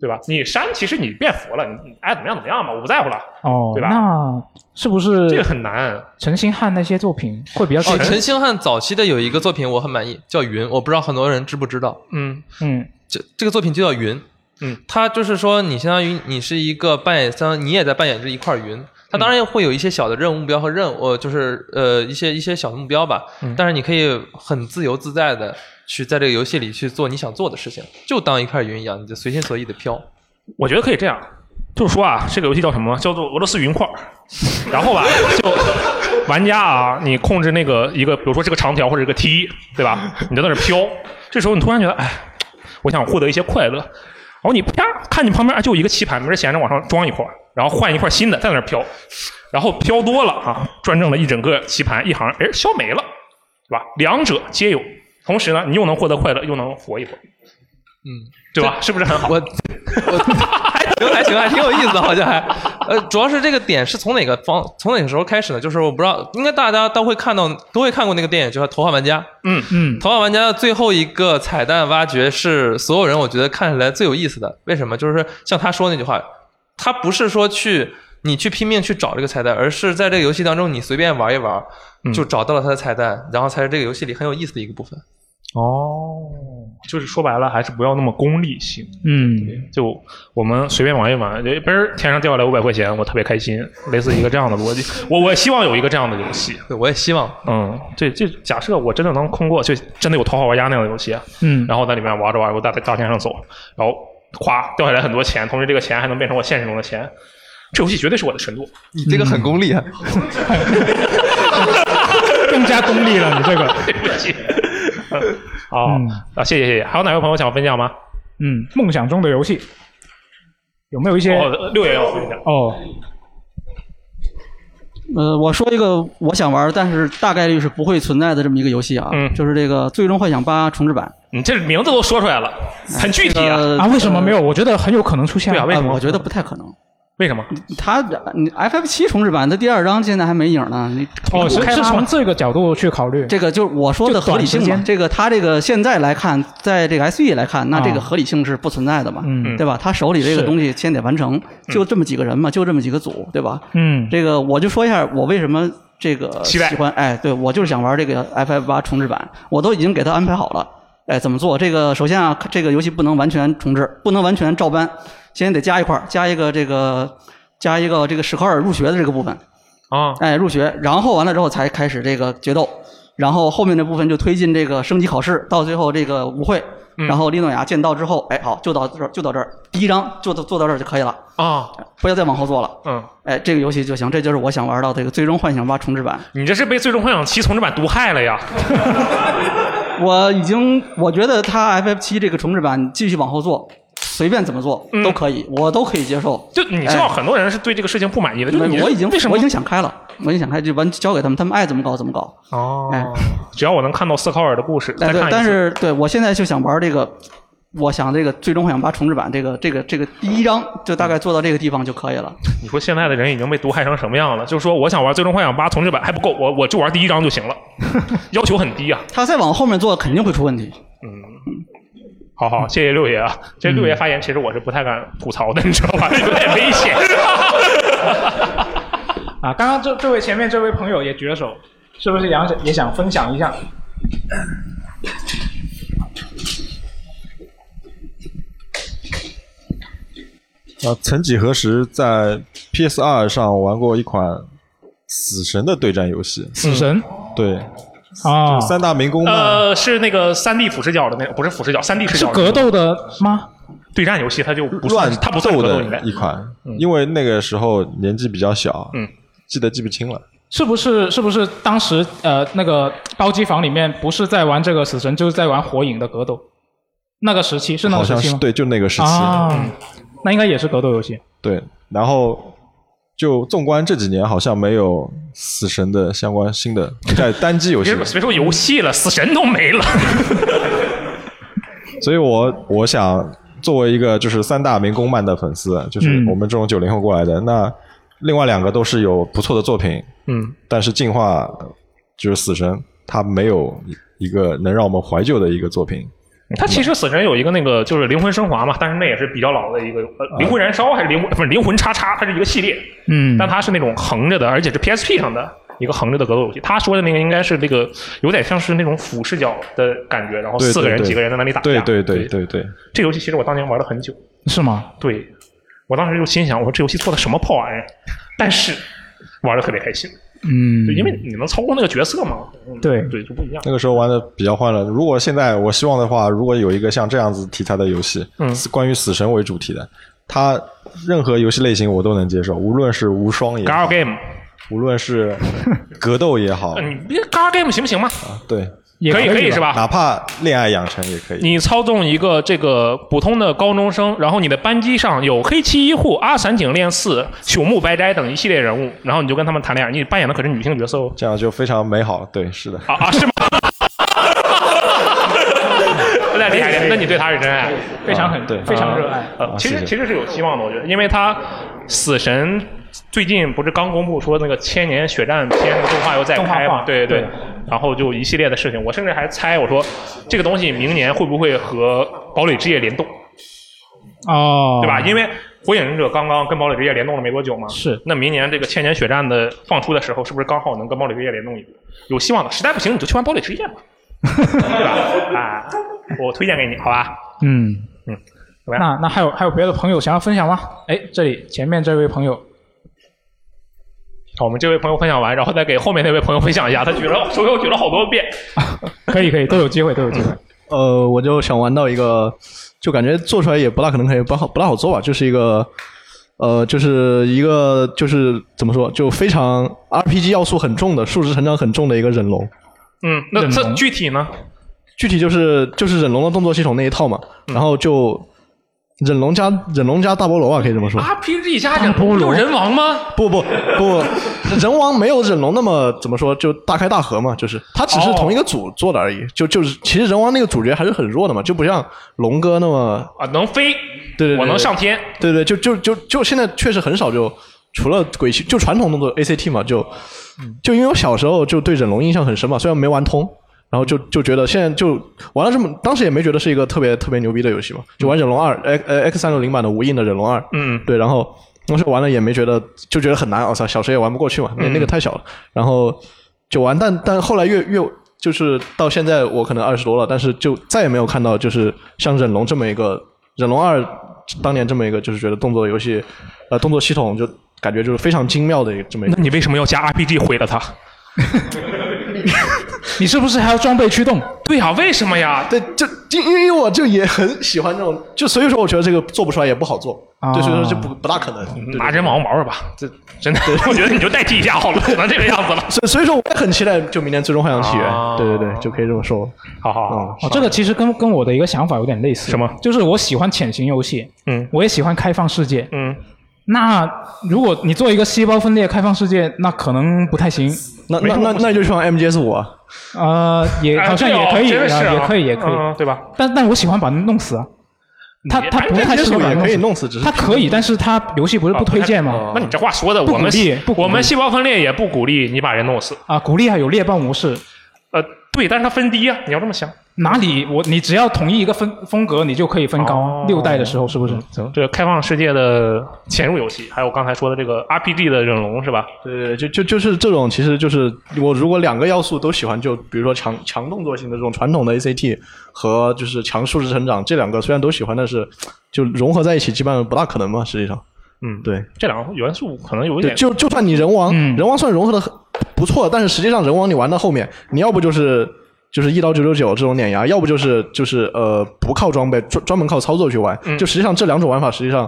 B: 对吧？你删，其实你变佛了，你你爱怎么样怎么样吧，我不在乎了。
G: 哦，
B: 对吧
G: 那是不是
B: 这个很难？
G: 陈星汉那些作品会比较
M: 哦，
G: 接近
M: 陈星汉早期的有一个作品我很满意，叫《云》，我不知道很多人知不知道。
B: 嗯
G: 嗯
M: 这这个作品就叫云，
B: 嗯，
M: 它就是说你相当于你是一个扮演，相当于你也在扮演这一块云。它当然会有一些小的任务目标和任务，呃就是呃一些一些小的目标吧
B: 嗯，
M: 但是你可以很自由自在的去在这个游戏里去做你想做的事情，就当一块云一样，你就随心所欲的飘。
B: 我觉得可以这样，就是说啊，这个游戏叫什么？叫做俄罗斯云块儿。然后吧，就玩家啊，你控制那个一个，比如说这个长条或者一个梯，对吧？你就在那儿飘。这时候你突然觉得，哎，我想获得一些快乐。然后你啪，看你旁边哎就有一个棋盘，没人闲着往上装一块儿，然后换一块新的，在那儿飘。然后飘多了啊，转正了一整个棋盘一行，哎，消没了，对吧？两者皆有。同时呢，你又能获得快乐，又能活一会儿，
M: 嗯，
B: 对吧？ 是不是很好？
M: 我 行还行，还挺有意思的，好像还，呃，主要是这个点是从哪个方，从哪个时候开始呢？就是我不知道，应该大家都会看到，都会看过那个电影，就是《头号玩家》。
B: 嗯
G: 嗯，
M: 《头号玩家》的最后一个彩蛋挖掘是所有人我觉得看起来最有意思的，为什么？就是像他说那句话，他不是说去你去拼命去找这个彩蛋，而是在这个游戏当中你随便玩一玩，
B: 嗯
M: 就找到了他的彩蛋，然后才是这个游戏里很有意思的一个部分。
B: 哦，就是说白了，还是不要那么功利性。
G: 嗯，
B: 就我们随便玩一玩，就嘣儿天上掉下来五百块钱，我特别开心，类似一个这样的逻辑。我我希望有一个这样的游戏，
M: 对，我也希望。
B: 嗯，这这假设我真的能通过，就真的有《头号玩家》那样的游戏，啊
G: 嗯
B: 然后在里面玩着玩着，我大大天上走，然后咵掉下来很多钱，同时这个钱还能变成我现实中的钱，这游戏绝对是我的神作。
K: 你这个很功利啊，
G: 更加功利了，你 这个。
B: 对不起。哦、啊，谢谢谢谢。还有哪位朋友想分享吗？
G: 嗯，梦想中的游戏有没有一些？
B: 哦，六爷要分享。
G: 哦，
N: 呃，我说一个我想玩，但是大概率是不会存在的这么一个游戏啊，
G: 嗯
N: 就是这个《最终幻想八》重置版。
B: 你这名字都说出来了，很具体啊。
N: 呃
G: 啊，为什么没有？我觉得很有可能出现。
N: 对啊为什么
G: 呃
N: 我觉得不太可能。
B: 为什么？
N: 它你 FF 七重置版的第二章现在还没影呢，你
G: 哦，是
N: 开
G: 是
N: 发
G: 从
N: 吗
G: 这个角度去考虑。
N: 这个就是我说的合理性
G: 就短时
N: 嘛
G: 间。
N: 这个它这个现在来看，在这个 SE 来看，那这个
G: 啊
N: 合理性是不存在的嘛，
G: 嗯
N: 对吧？他手里这个
G: 是
N: 东西先得完成，就这么几个人嘛，就这么几个组，对吧？
G: 嗯
N: 这个我就说一下我为什么这个
G: 期
N: 喜
G: 待
N: 欢，哎，对我就是想玩这个 FF 八重置版，我都已经给他安排好了，哎，怎么做？这个首先啊，这个游戏不能完全重置，不能完全照搬，先得加一块儿，加一个这个加一个这个史考尔入学的这个部分，
G: 哦
B: 啊，
N: 哎，入学，然后完了之后才开始这个决斗，然后后面这部分就推进这个升级考试，到最后这个舞会，
B: 嗯
N: 然后利诺雅剑道之后，哎，好，就到这儿，就到这儿，第一章就到做到这儿就可以了
B: 啊，
G: 哦
N: 不要再往后做了，
B: 嗯，
N: 哎，这个游戏就行，这就是我想玩到这个《最终幻想八重置版》，
B: 呃你这是被《最终幻想七》重置版毒害了呀！
N: 我已经我觉得它 FF 七这个重置版继续往后做，随便怎么做都可以，我都可以接受。
B: 嗯
N: 哎
B: 就你知道，很多人是对这个事情不满意的。就是你
N: 我已经
B: 为什么
N: 我已经想开了，我已经想开，就完交给他们，他们爱怎么搞怎么搞。
B: 哦，
A: 哎
B: 只要我能看到斯考尔的故事，
N: 哎，
B: 再
N: 对
B: 看，一
N: 但
B: 次
N: 是对我现在就想玩这个，我想这个《最终幻想八重置版》这个这个这个第一章就大概做到这个地方就可以了。
B: 你说现在的人已经被毒害成什么样了？就是说，我想玩《最终幻想八》重置版还不够，我我就玩第一章就 行了，要求很低啊。
N: 他再往后面做肯定会出问题。
B: 好好，谢谢六爷啊！这六
G: 嗯
B: 爷发言，其实我是不太敢吐槽的，你知道吧？ 有点危险。
G: 啊，刚刚这这位前面这位朋友也举了手，是不是也想也想分享一下？
E: 呃啊，曾几何时，在 PS 二上玩过一款死死神的对战游戏。
G: 死神
E: 对
G: 啊
E: 三大民工嘛，
B: 呃，是那个三 D 俯视角的那，不是俯视角，三 D 视
G: 是
B: 角的
G: 格斗的吗？
B: 对战游戏，它就不算
E: 乱，
B: 它不算格斗应该
E: 的。一款，因为那个时候年纪比较小，
B: 嗯，
E: 记得记不清了。
G: 是不是是不是当时呃那个包机房里面不是在玩这个死神，就是在玩火影的格斗？那个时期是那
E: 好
G: 个时
E: 像
G: 期
E: 是
G: 吗？
E: 对，就那个时期。
G: 啊，那应该也是格斗游戏。
E: 对，然后就纵观这几年，好像没有死神的相关新的在单机游戏
B: 别，别说游戏了，死神都没 了。
E: 所以我我想作为一个就是三大民工漫的粉丝，就是
B: 嗯
E: 我们这种九零后过来的，那另外两个都是有不错的作品，
B: 嗯，
E: 但是进化呃就是死神，它没有一个能让我们怀旧的一个作品。
B: 它其实死神有一个那个就是灵魂升华嘛，但是那也是比较老的一个，
E: 啊
B: 呃，灵魂燃烧还是灵魂不是灵魂叉叉，它是一个系列，
G: 嗯
B: 但它是那种横着的，而且是 PSP 上的一个横着的格斗游戏。他说的那个应该是那个有点像是那种俯视角的感觉，然后
E: 对
B: 哦四个人
E: 对对
B: 几个人在那里打架。
E: 对对对对对，
B: 这游戏其实我当年玩了很久，
G: 是吗？
B: 啊对我当时就心想，我说这游戏做的什么破玩意儿？但是玩的特别开心，
G: 嗯
B: 就因为你能操控那个角色嘛。嗯
G: 对
B: 对，就不一样。
E: 那个时候玩的比较欢乐。如果现在我希望的话，如果有一个像这样子题材的游戏，
B: 嗯
E: 是关于死神为主题的，它任何游戏类型我都能接受，无论是无双也好
B: Gal Game，
E: 无论是格斗也好，
B: 嗯，你别 Car Game 行不行嘛？
E: 对，
B: 也可以可以可以吧是吧
E: 哪怕恋爱养成也可以。
B: 你操纵一个这个普通的高中生，然后你的班机上有黑崎一护、阿散井恋四、朽木白斋等一系列人物，然后你就跟他们谈恋爱，你扮演的可是女性角色哦。
E: 这样就非常美好，对，是的。
B: 啊啊，是吗？ 那厉害
G: 哎
B: 厉害，那你对他是真爱，
G: 非常很
E: 对
B: 非常热爱。
E: 啊
B: 呃其
E: 谢
B: 实
E: 谢
B: 其实是有希望的，我觉得，因为他死神最近不是刚公布说那个《千年血战篇》的动画又再
G: 动画
B: 开
G: 化
B: 嘛？对对
G: 对。
B: 然后就一系列的事情，我甚至还猜我说这个东西明年会不会和《堡垒之夜》联动？
G: 哦，
B: 对吧？因为《火影忍者》刚刚跟《堡垒之夜》联动了没多久嘛，
G: 是。
B: 那明年这个《千年血战》的放出的时候，是不是刚好能跟《堡垒之夜》联动一波？有希望的，实在不行你就去玩《堡垒之夜》吧，对吧？啊，我推荐给你，好吧？
G: 嗯
B: 嗯，怎么样
G: 那那还有还有别的朋友想要分享吗？哎，这里前面这位朋友，
B: 好我们这位朋友分享完，然后再给后面那位朋友分享一下，他举了手给我举了好多遍，
G: 可以可以，都有机会，都有机会。
O: 呃，我就想玩到一个，就感觉做出来也不大可能，可以不好不大好做吧，就是一个，呃，就是一个就是怎么说，就非常 RPG 要素很重的，数值成长很重的一个忍龙。
B: 嗯，那这具体呢？
O: 具体就是就是忍龙的动作系统那一套嘛，
G: 嗯
O: 然后就忍龙加忍龙加大菠萝吧，可以这么说。
B: RPG 加忍有人王吗？
O: 不不不，人王没有忍龙那么怎么说，就大开大合嘛，就是它只是
B: 哦
O: 同一个组做的而已，就就是其实人王那个主角还是很弱的嘛，就不像龙哥那么
B: 啊能飞，
O: 对对，对
B: 我能上天，
O: 对对，就就就就现在确实很少就除了鬼泣，就传统动作 ACT 嘛，就就因为我小时候就对忍龙印象很深嘛，虽然没玩通。然后就就觉得现在就玩了这么，当时也没觉得是一个特别特别牛逼的游戏嘛，就玩忍龙二，呃呃 X 三六零版的无印的忍龙二，
B: 嗯，
O: 对，然后当时玩了也没觉得，就觉得很难，我操，小时候也玩不过去嘛，那那个太小了，然后就玩，但但后来越越就是到现在我可能二十多了，但是就再也没有看到就是像忍龙这么一个忍龙二当年这么一个就是觉得动作游戏呃动作系统就感觉就是非常精妙的一个这么一个。
B: 那你为什么要加 RPG 毁了它？
G: 啊你是不是还要装备驱动？
B: 对呀、为什么呀？
O: 对，就因因为我就也很喜欢这种，就所以说我觉得这个做不出来也不好做，
B: 啊
O: 对，所以说就不不大可能。对
B: 拿嗯人王玩玩吧，这真的，我觉得你就代替一下好了，只能这个样子 了。
O: 所以所以说我也很期待就明年最终幻想起源，
G: 啊
O: 对对对，就可以这么说。嗯
B: 好好
O: 好，
G: 哦，这个其实跟跟我的一个想法有点类似。什么？就是我喜欢潜行游戏，
B: 嗯，
G: 我也喜欢开放世界，
B: 嗯。
G: 那如果你做一个细胞分裂开放世界，那可能不太行。
O: 那那那那就去玩 MGS 五啊。
G: 呃，也
O: 哎
G: 好像
O: 对哦
G: 也可以，
O: 真的是啊
G: 也可以，也可
O: 嗯
G: 以，
B: 对吧？
G: 但但我喜欢把它弄死啊。他他不太适合把它
O: 也可以弄
G: 弄
O: 死，只是
G: 他可以，但是他游戏不是
B: 啊
G: 不推荐
B: 太
G: 吗？
B: 那你这话说的，
G: 不
B: 我们
G: 鼓励不鼓励
B: 我们细胞分裂也不鼓励你把人弄死。
G: 啊，鼓励啊，有猎豹模式。
B: 呃，对，但是它分低啊，你要这么想。
G: 哪里我你只要统一一个风风格，你就可以分高。
B: 哦
G: 六代的时候是不是？
B: 这个开放世界的潜入游戏，还有刚才说的这个 RPG 的忍龙是吧？
O: 对，就就就是这种，其实就是我如果两个要素都喜欢，就比如说强强动作性的这种传统的 ACT 和就是强数值成长这两个虽然都喜欢，但是就融合在一起基本上不大可能嘛，实际上。
B: 嗯，
O: 对，
B: 这两个元素可能有一
O: 对，
B: 点
O: 就就算你人王，人王算融合的不错，但是实际上人王你玩到后面，你要不就是就是一刀九九九这种碾压，要不就是就是呃不靠装备，专专门靠操作去玩。
B: 嗯
O: 就实际上这两种玩法实际上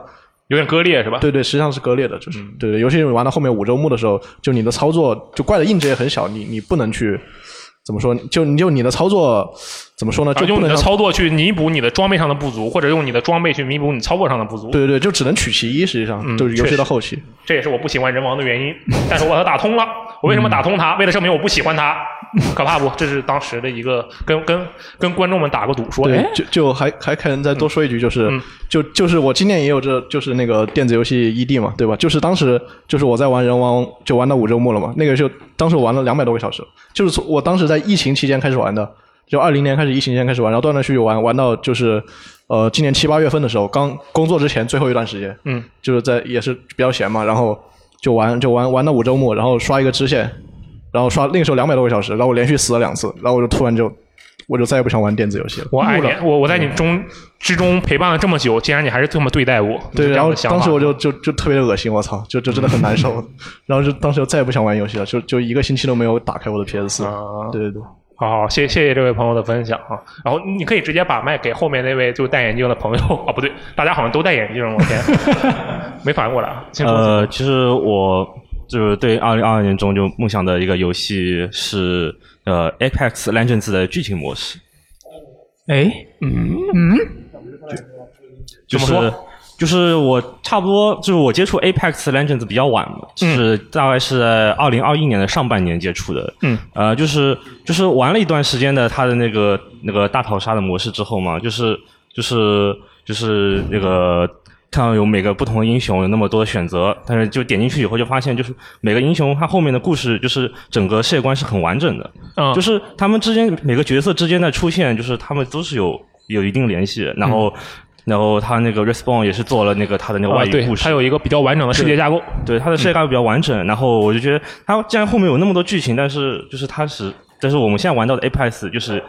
B: 有点割裂是吧？
O: 对对，实际上是割裂的，就是、对对，尤其是你玩到后面五周目的时候，就你的操作就怪的硬值也很小，你你不能去怎么说，就你就你的操作怎么说呢？
B: 啊
O: 就
B: 用
O: 不
B: 你
O: 能
B: 的
O: 像
B: 操作去弥补你的装备上的不足，或者用你的装备去弥补你操作上的不足。
O: 对对对，就只能取其一，实际上、
B: 嗯
O: 就是尤其
B: 确实
O: 到后期。
B: 这也是我不喜欢人王的原因。但是我把它打通了，我为什么打通它？为了证明我不喜欢它，可怕不？这是当时的一个跟跟跟观众们打个赌说，
O: 对
B: 哎，，嗯
O: 就就还还可能再多说一句，就是、就就是我今年也有这，就是那个电子游戏 ED 嘛，对吧？就是当时就是我在玩人王，就玩到五周目了嘛，那个就当时我玩了两百多个小时，就是从我当时在疫情期间开始玩的，就二零年开始疫情期间开始玩，然后断断续续玩，玩到就是呃今年七八月份的时候，刚工作之前最后一段时间，
B: 嗯，
O: 就是在也是比较闲嘛，然后就玩就玩玩到五周目，然后刷一个支线，然后刷那个时候两百多个小时，然后我连续死了两次，然后我就突然就我就再也不想玩电子游戏了。
B: 我爱嗯
O: 怒
B: 你
O: 了，
B: 我我在你中之中陪伴了这么久，竟然你还是这么对待我，
O: 对，然后
B: 就这样的想
O: 当
B: 法
O: 时我就就就特别恶心，我操，就就真的很 难受，然后就当时就再也不想玩游戏了，就就一个星期都没有打开我的 PS 四、对对对，
B: 啊好好，谢谢谢这位朋友的分享啊。然后你可以直接把麦给后面那位就戴眼镜的朋友 啊，不对，大家好像都戴眼镜，我天， 没反应过来啊。先说
P: 呃，其实我就是对二零二二年中就梦想的一个游戏是呃《Apex Legends》的剧情模式，
G: 哎，嗯嗯，
P: 就
G: 怎
P: 是
G: 么说
P: 就是我差不多就是我接触 Apex Legends 比较晚嘛，
B: 嗯
P: 就是大概是二零二一年的上半年接触的，
B: 嗯，
P: 呃，就是就是玩了一段时间的它的那个那个大逃杀的模式之后嘛，就是就是就是那个看到有每个不同的英雄有那么多的选择，但是就点进去以后就发现，就是每个英雄他后面的故事就是整个世界观是很完整的，
B: 嗯
P: 就是他们之间每个角色之间的出现，就是他们都是有有一定联系，然
B: 嗯
P: 后。然后他那个 respawn 也是做了那个他的那个
B: 啊
P: 外语
B: 对
P: 故事，
B: 它有一个比较完整的世界架构，嗯
P: 对它的世界架构比较完整。然后我就觉得，它既然后面有那么多剧情，但是就是它是，但是我们现在玩到的 Apex 就是，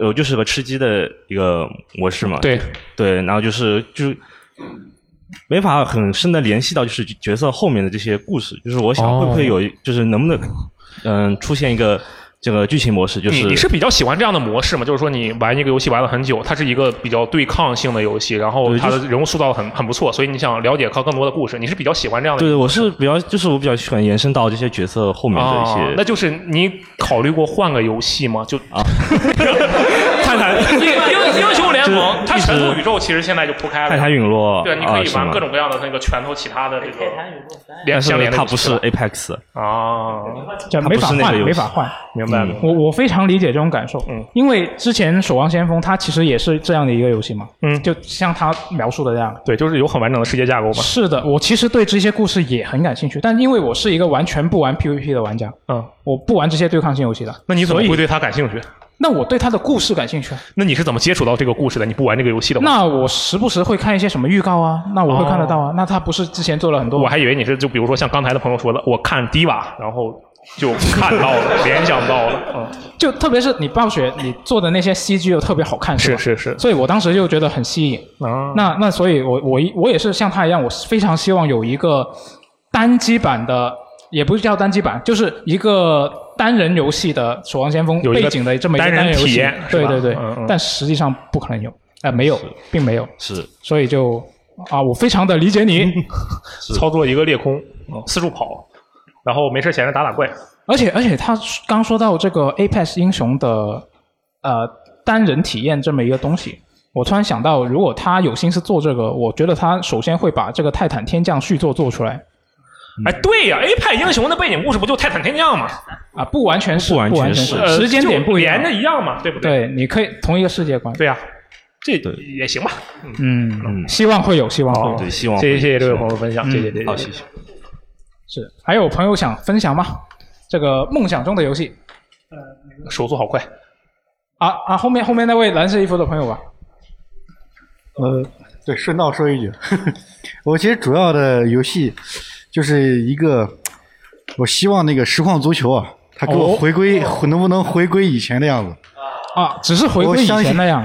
P: 呃，就是个吃鸡的一个模式嘛。
B: 对
P: 对，然后就是就是没法很深的联系到就是角色后面的这些故事。就是我想
B: 哦
P: 会不会有，一就是能不能嗯、出现一个这个剧情模式，就是
B: 你你是比较喜欢这样的模式吗？就是说你玩一个游戏玩了很久，它是一个比较对抗性的游戏，然后
P: 对
B: 它
P: 就
B: 的
P: 是
B: 人物塑造得很很不错，所以你想了解到更多的故事，你是比较喜欢这样的
P: 对，我是比较就是我比较喜欢延伸到这些角色后面的一些。
B: 啊，那就是你考虑过换个游戏吗？就
P: 啊，
B: 看看英英英雄联盟，
P: 就是
B: 它
P: 一直
B: 全部宇宙其实现在就铺开了，
P: 泰坦陨落
B: 对，你可
P: 啊
B: 以
P: 是
B: 玩
P: 吗
B: 各种各样的那个拳头其他的这个
P: 但
B: 连
P: 是
B: 相连的
P: 它
B: 游戏
P: 不是
B: 吧
P: Apex
B: 啊，
G: 这没法换，没法换，
B: 明白
G: 我我非常理解这种感受，嗯，因为之前《守望先锋》它其实也是这样的一个游戏嘛，
B: 嗯，
G: 就像他描述的这样，
B: 对，就是有很完整的世界架构嘛。
G: 是的，我其实对这些故事也很感兴趣，但因为我是一个完全不玩 PVP 的玩家，
B: 嗯，
G: 我不玩这些对抗性游戏的，
B: 那你怎么
G: 所以
B: 会对它感兴趣？
G: 那我对它的故事感兴趣啊，
B: 那你是怎么接触到这个故事的？你不玩这个游戏的吗？
G: 那我时不时会看一些什么预告啊，那我会看得到啊，那他不是之前做了很多吗，
B: 哦我还以为你是就比如说像刚才的朋友说的，我看 Diva，然后就看到 了，联想到了，嗯。
G: 就特别是你暴雪你做的那些 CG 又特别好看，是
B: 是是啊是，
G: 所以我当时就觉得很吸引。那那所以我，我一我也是像他一样，我是非常希望有一个单机版的，也不是叫单机版，就是一个单人游戏的《守望先锋
B: 有》一个
G: 背景的这么一个
B: 单人
G: 单人游
B: 体
G: 戏
B: 验，是
G: 对
B: 吧
G: 对对、
B: 嗯嗯
G: 但实际上不可能有，呃，没有，并没有，
P: 是，
G: 所以就啊，我非常的理解 你，
B: 操作一个裂空，嗯四处跑，然后没事闲着打打怪。
G: 而且而且他刚说到这个 Apex 英雄的呃单人体验这么一个东西，我突然想到，如果他有心思做这个，我觉得他首先会把这个泰坦天降续作做出来
B: 哎，对呀，A 派英雄的背景故事不就泰坦天降吗？
G: 啊，不完全是，
B: 不
G: 不
B: 完全是呃
G: 时间点不一样，
B: 就连着一样嘛对不
G: 对？你可以同一个世界观，
B: 对呀、这也行吧。
G: 嗯，希望会有，希望会有，
B: 对希望会有谢谢谢谢这位朋友分享
G: 嗯
B: 谢谢谢谢好谢谢。
G: 是，还有朋友想分享吗？这个梦想中的游戏
B: 手速好快
G: 啊啊！后面后面那位蓝色衣服的朋友吧，
Q: 呃，对，顺道说一句，我其实主要的游戏就是一个，我希望那个实况足球啊，它给我
G: 哦
Q: 回归，能不能回归以前的样子？
G: 啊，只是回
Q: 我
G: 归以
Q: 相信
G: 前那样。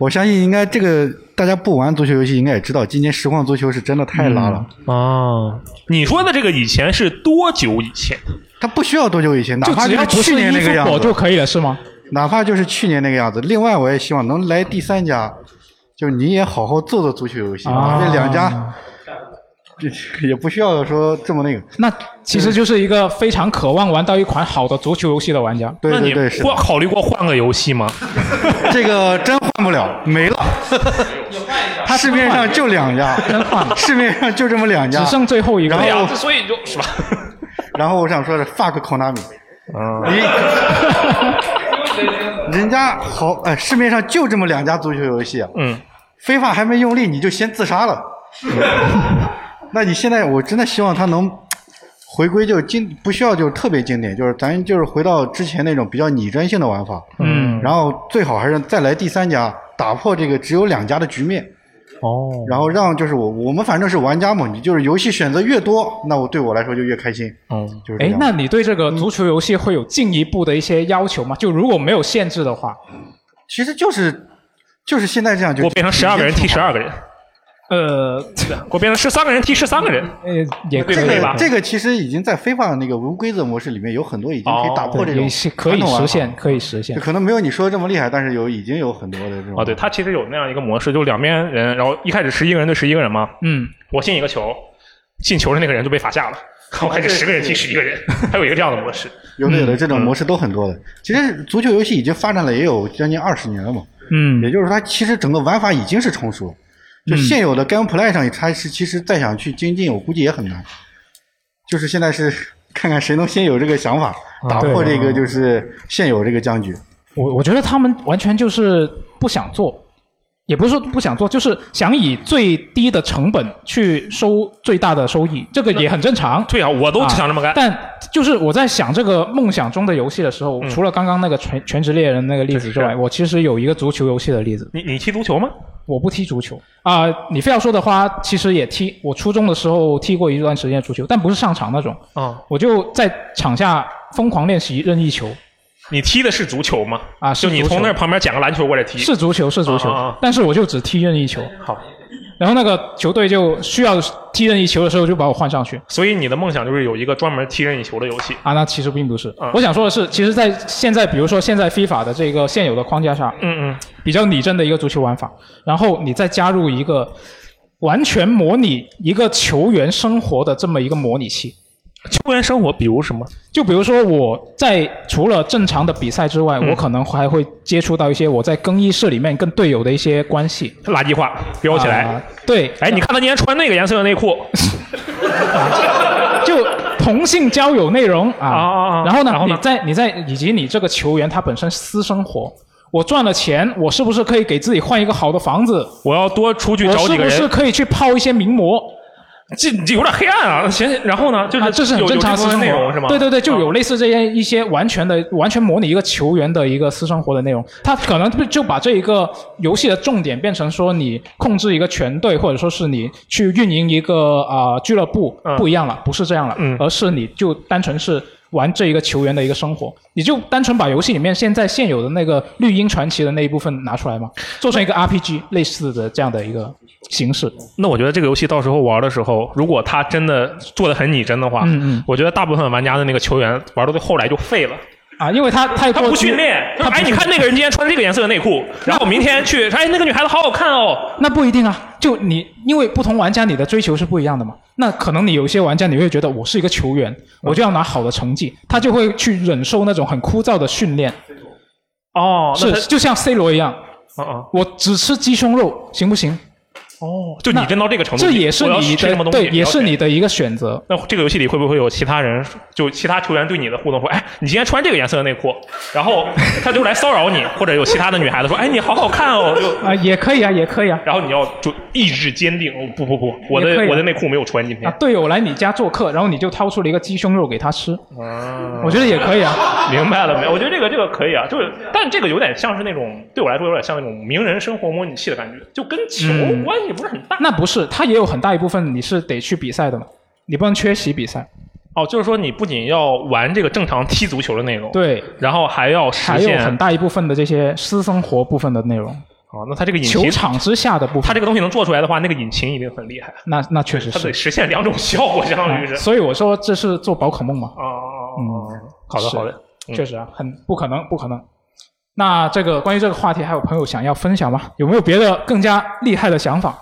Q: 我相信应该这个大家不玩足球游戏应该也知道，今年实况足球是真的太拉了。
G: 嗯
B: 啊！你说的这个以前是多久以前？
Q: 它不需要多久以前，哪
B: 就
Q: 怕
B: 只要
Q: 是
B: 不是
Q: 去年那个
B: 衣服
Q: 样子
B: 裹就可
Q: 以了，是吗？哪怕就是去年那个样子。另外，我也希望能来第三家，就是你也好好做做足球游戏。
G: 啊
Q: 这两家这也不需要说这么那个。
G: 那其实就是一个非常渴望玩到一款好的足球游戏的玩家。
Q: 对对对
G: 那
Q: 是的
B: 考虑过换个游戏吗？
Q: 这个真换不了，没了。它市面上就两家，市面上就这么两家，
G: 只剩最后一个
Q: 然
B: 对
Q: 后
B: 哎呀，所以就是吧，
Q: 然后我想说的是 fuck Konami，你人家好哎，市面上就这么两家足球游戏，啊
B: 嗯，
Q: 非法还没用力你就先自 杀了，那你现在我真的希望他能回归就经不需要就特别经典，就是咱就是回到之前那种比较拟真性的玩法，
B: 嗯
Q: 然后最好还是再来第三家打破这个只有两家的局面。
B: 哦，
Q: 然后让就是我我们反正是玩家嘛，你就是游戏选择越多，那我对我来说就越开心。
B: 嗯，
Q: 就是这
G: 哎
Q: 样，
G: 那你对这个足球游戏会有进一步的一些要求吗？就如果没有限制的话，
Q: 其实就是就是现在这样就
B: 我变成十二个人踢十二个人，
G: 呃，
B: 啊我变成十三个人踢十三个人，
G: 呃，也
B: 对对吧？
Q: 这个其实已经在非法的那个无规则模式里面有很多已经可以打破这
G: 哦对
Q: 种
G: 也是可以
Q: 传统玩法
G: 实现，，可以实现哦
Q: 就。可能没有你说的这么厉害，但是有已经有很多的这种
B: 啊，对，它其实有那样一个模式，就两边人，然后一开始十一个人对十一个人嘛，
G: 嗯，
B: 我进一个球，进球的那个人就被罚下了，然后开始十个人踢十一个 人，还有一个这样的模式，嗯
Q: 有的有的
G: 嗯
Q: 这种模式都很多的。其实足球游戏已经发展了也有将近二十年了嘛，
G: 嗯，
Q: 也就是说它其实整个玩法已经是成熟了，就
B: 嗯
Q: 现有的 gameplay 上它是其实再想去精进，我估计也很难。就是现在是 看看谁能先有这个想法，
G: 啊
Q: 打破
G: 对
Q: 这个就是现有这个僵局。
G: 我我觉得他们完全就是不想做，也不是说不想做，就是想以最低的成本去收最大的收益，这个也很正常。
B: 对啊，我都想这么干
G: 但就是我在想这个梦想中的游戏的时
B: 嗯
G: 候，除了刚刚那个全全职猎人那个例子之外，我其实有一个足球游戏的例子。
B: 你你踢足球吗？
G: 我不踢足球啊、你非要说的话，其实也踢。我初中的时候踢过一段时间足球，但不是上场那种，
B: 啊，
G: 我就在场下疯狂练习任意球。
B: 你踢的是足球吗？
G: 啊是
B: 就你
G: 足球
B: 从那旁边捡个篮球过来踢，
G: 是足球，是足球，
B: 啊啊啊
G: 但是我就只踢任意球。
B: 好，
G: 然后那个球队就需要踢任意球的时候就把我换上去。
B: 所以你的梦想就是有一个专门踢任意球的游戏。
G: 啊，那其实并不是。
B: 嗯
G: 我想说的是，其实，在现在，比如说现在 FIFA 的这个现有的框架下，
B: 嗯嗯，
G: 比较拟真的一个足球玩法，然后你再加入一个完全模拟一个球员生活的这么一个模拟器。
B: 球员生活，比如什么？
G: 就比如说，我在除了正常的比赛之外，
B: 嗯
G: 我可能还会接触到一些我在更衣室里面跟队友的一些关系。
B: 垃圾话标起来
G: 啊对，
B: 哎，你看他今天穿那个颜色的内裤，
G: 就同性交友内容啊。然后呢，
B: 哦然后呢
G: 你在你在以及你这个球员他本身私生活，我赚了钱，我是不是可以给自己换一个好的房子？
B: 我要多出去找几个人
G: 我是不是可以去泡一些名模？
B: 这这有点黑暗啊。行，然后呢，就是、
G: 啊，这是很
B: 有
G: 正常的
B: 有这
G: 私生
B: 部分
G: 活
B: 内容是吗？啊
G: 对对对，就有类似这些一些完全的、完全模拟一个球员的一个私生活的内容。他可能就把这一个游戏的重点变成说，你控制一个全队，或者说是你去运营一个啊、呃俱乐部，
B: 嗯
G: 不一样了，不是这样了，而是你就单纯是。玩这一个球员的一个生活，你就单纯把游戏里面现在现有的那个绿茵传奇的那一部分拿出来嘛，做成一个 RPG 类似的这样的一个形式。
B: 那我觉得这个游戏到时候玩的时候，如果他真的做的很拟真的话，
G: 嗯嗯
B: 我觉得大部分玩家的那个球员玩到最后来就废了。
G: 啊，因为他太
B: 他
G: 过
B: 不
G: 激
B: 训练，
G: 他不
B: 哎，
G: 训
B: 你
G: 练
B: 看那个人今天穿这个颜色的内裤，然后明天去，哎，那个女孩子好好看哦。
G: 那不一定啊，就你因为不同玩家你的追求是不一样的嘛。那可能你有一些玩家你会觉得我是一个球员，
B: 嗯
G: 我就要拿好的成绩，他就会去忍受那种很枯燥的训练，
B: 哦，那
G: 是
B: 他
G: 就像 C 罗一样，
B: 嗯嗯，
G: 我只吃鸡胸肉行不行？
B: 哦，就拟真到这个程度，
G: 这也是
B: 我要
G: 你
B: 吃什么
G: 的
B: 东西
G: 对，也是。
B: 了
G: 你
B: 解
G: 的一个选择。
B: 那这个游戏里会不会有其他人，就其他球员对你的互动说，哎，你今天穿这个颜色的内裤，然后他就来骚扰你，或者有其他的女孩子说，哎，你好好看哦，就
G: 啊，也可以啊，也可以啊。
B: 然后你要就意志坚定，哦不不不，我的
G: 也可以啊
B: 我的内裤没有穿今
G: 啊
B: 天，。
G: 队友来你家做客，然后你就掏出了一个鸡胸肉给他吃，
B: 嗯
G: 我觉得也可以啊。
B: 明白了没？我觉得这个这个可以啊，就是，但这个有点像是那种对我来说有点像那种名人生活模拟器的感觉，就跟球
G: 嗯
B: 关系不是很大。
G: 那不是，他也有很大一部分你是得去比赛的嘛，你不能缺席比赛。
B: 哦，就是说你不仅要玩这个正常踢足球的内容，
G: 对，
B: 然后还要实
G: 还有
B: 现
G: 很大一部分的这些私生活部分的内容。
B: 啊，那它这个引擎
G: 球场之下的部分，
B: 它这个东西能做出来的话，那个引擎一定很厉害。
G: 那那确实
B: 它得
G: 是
B: 实现两种效果，相当于是。
G: 啊所以我说这是做宝可梦嘛。
B: 哦哦
G: 嗯，
B: 好的
G: 是
B: 好的嗯
G: 确实啊，很不可能，不可能。那这个关于这个话题，还有朋友想要分享吗？有没有别的更加厉害的想法？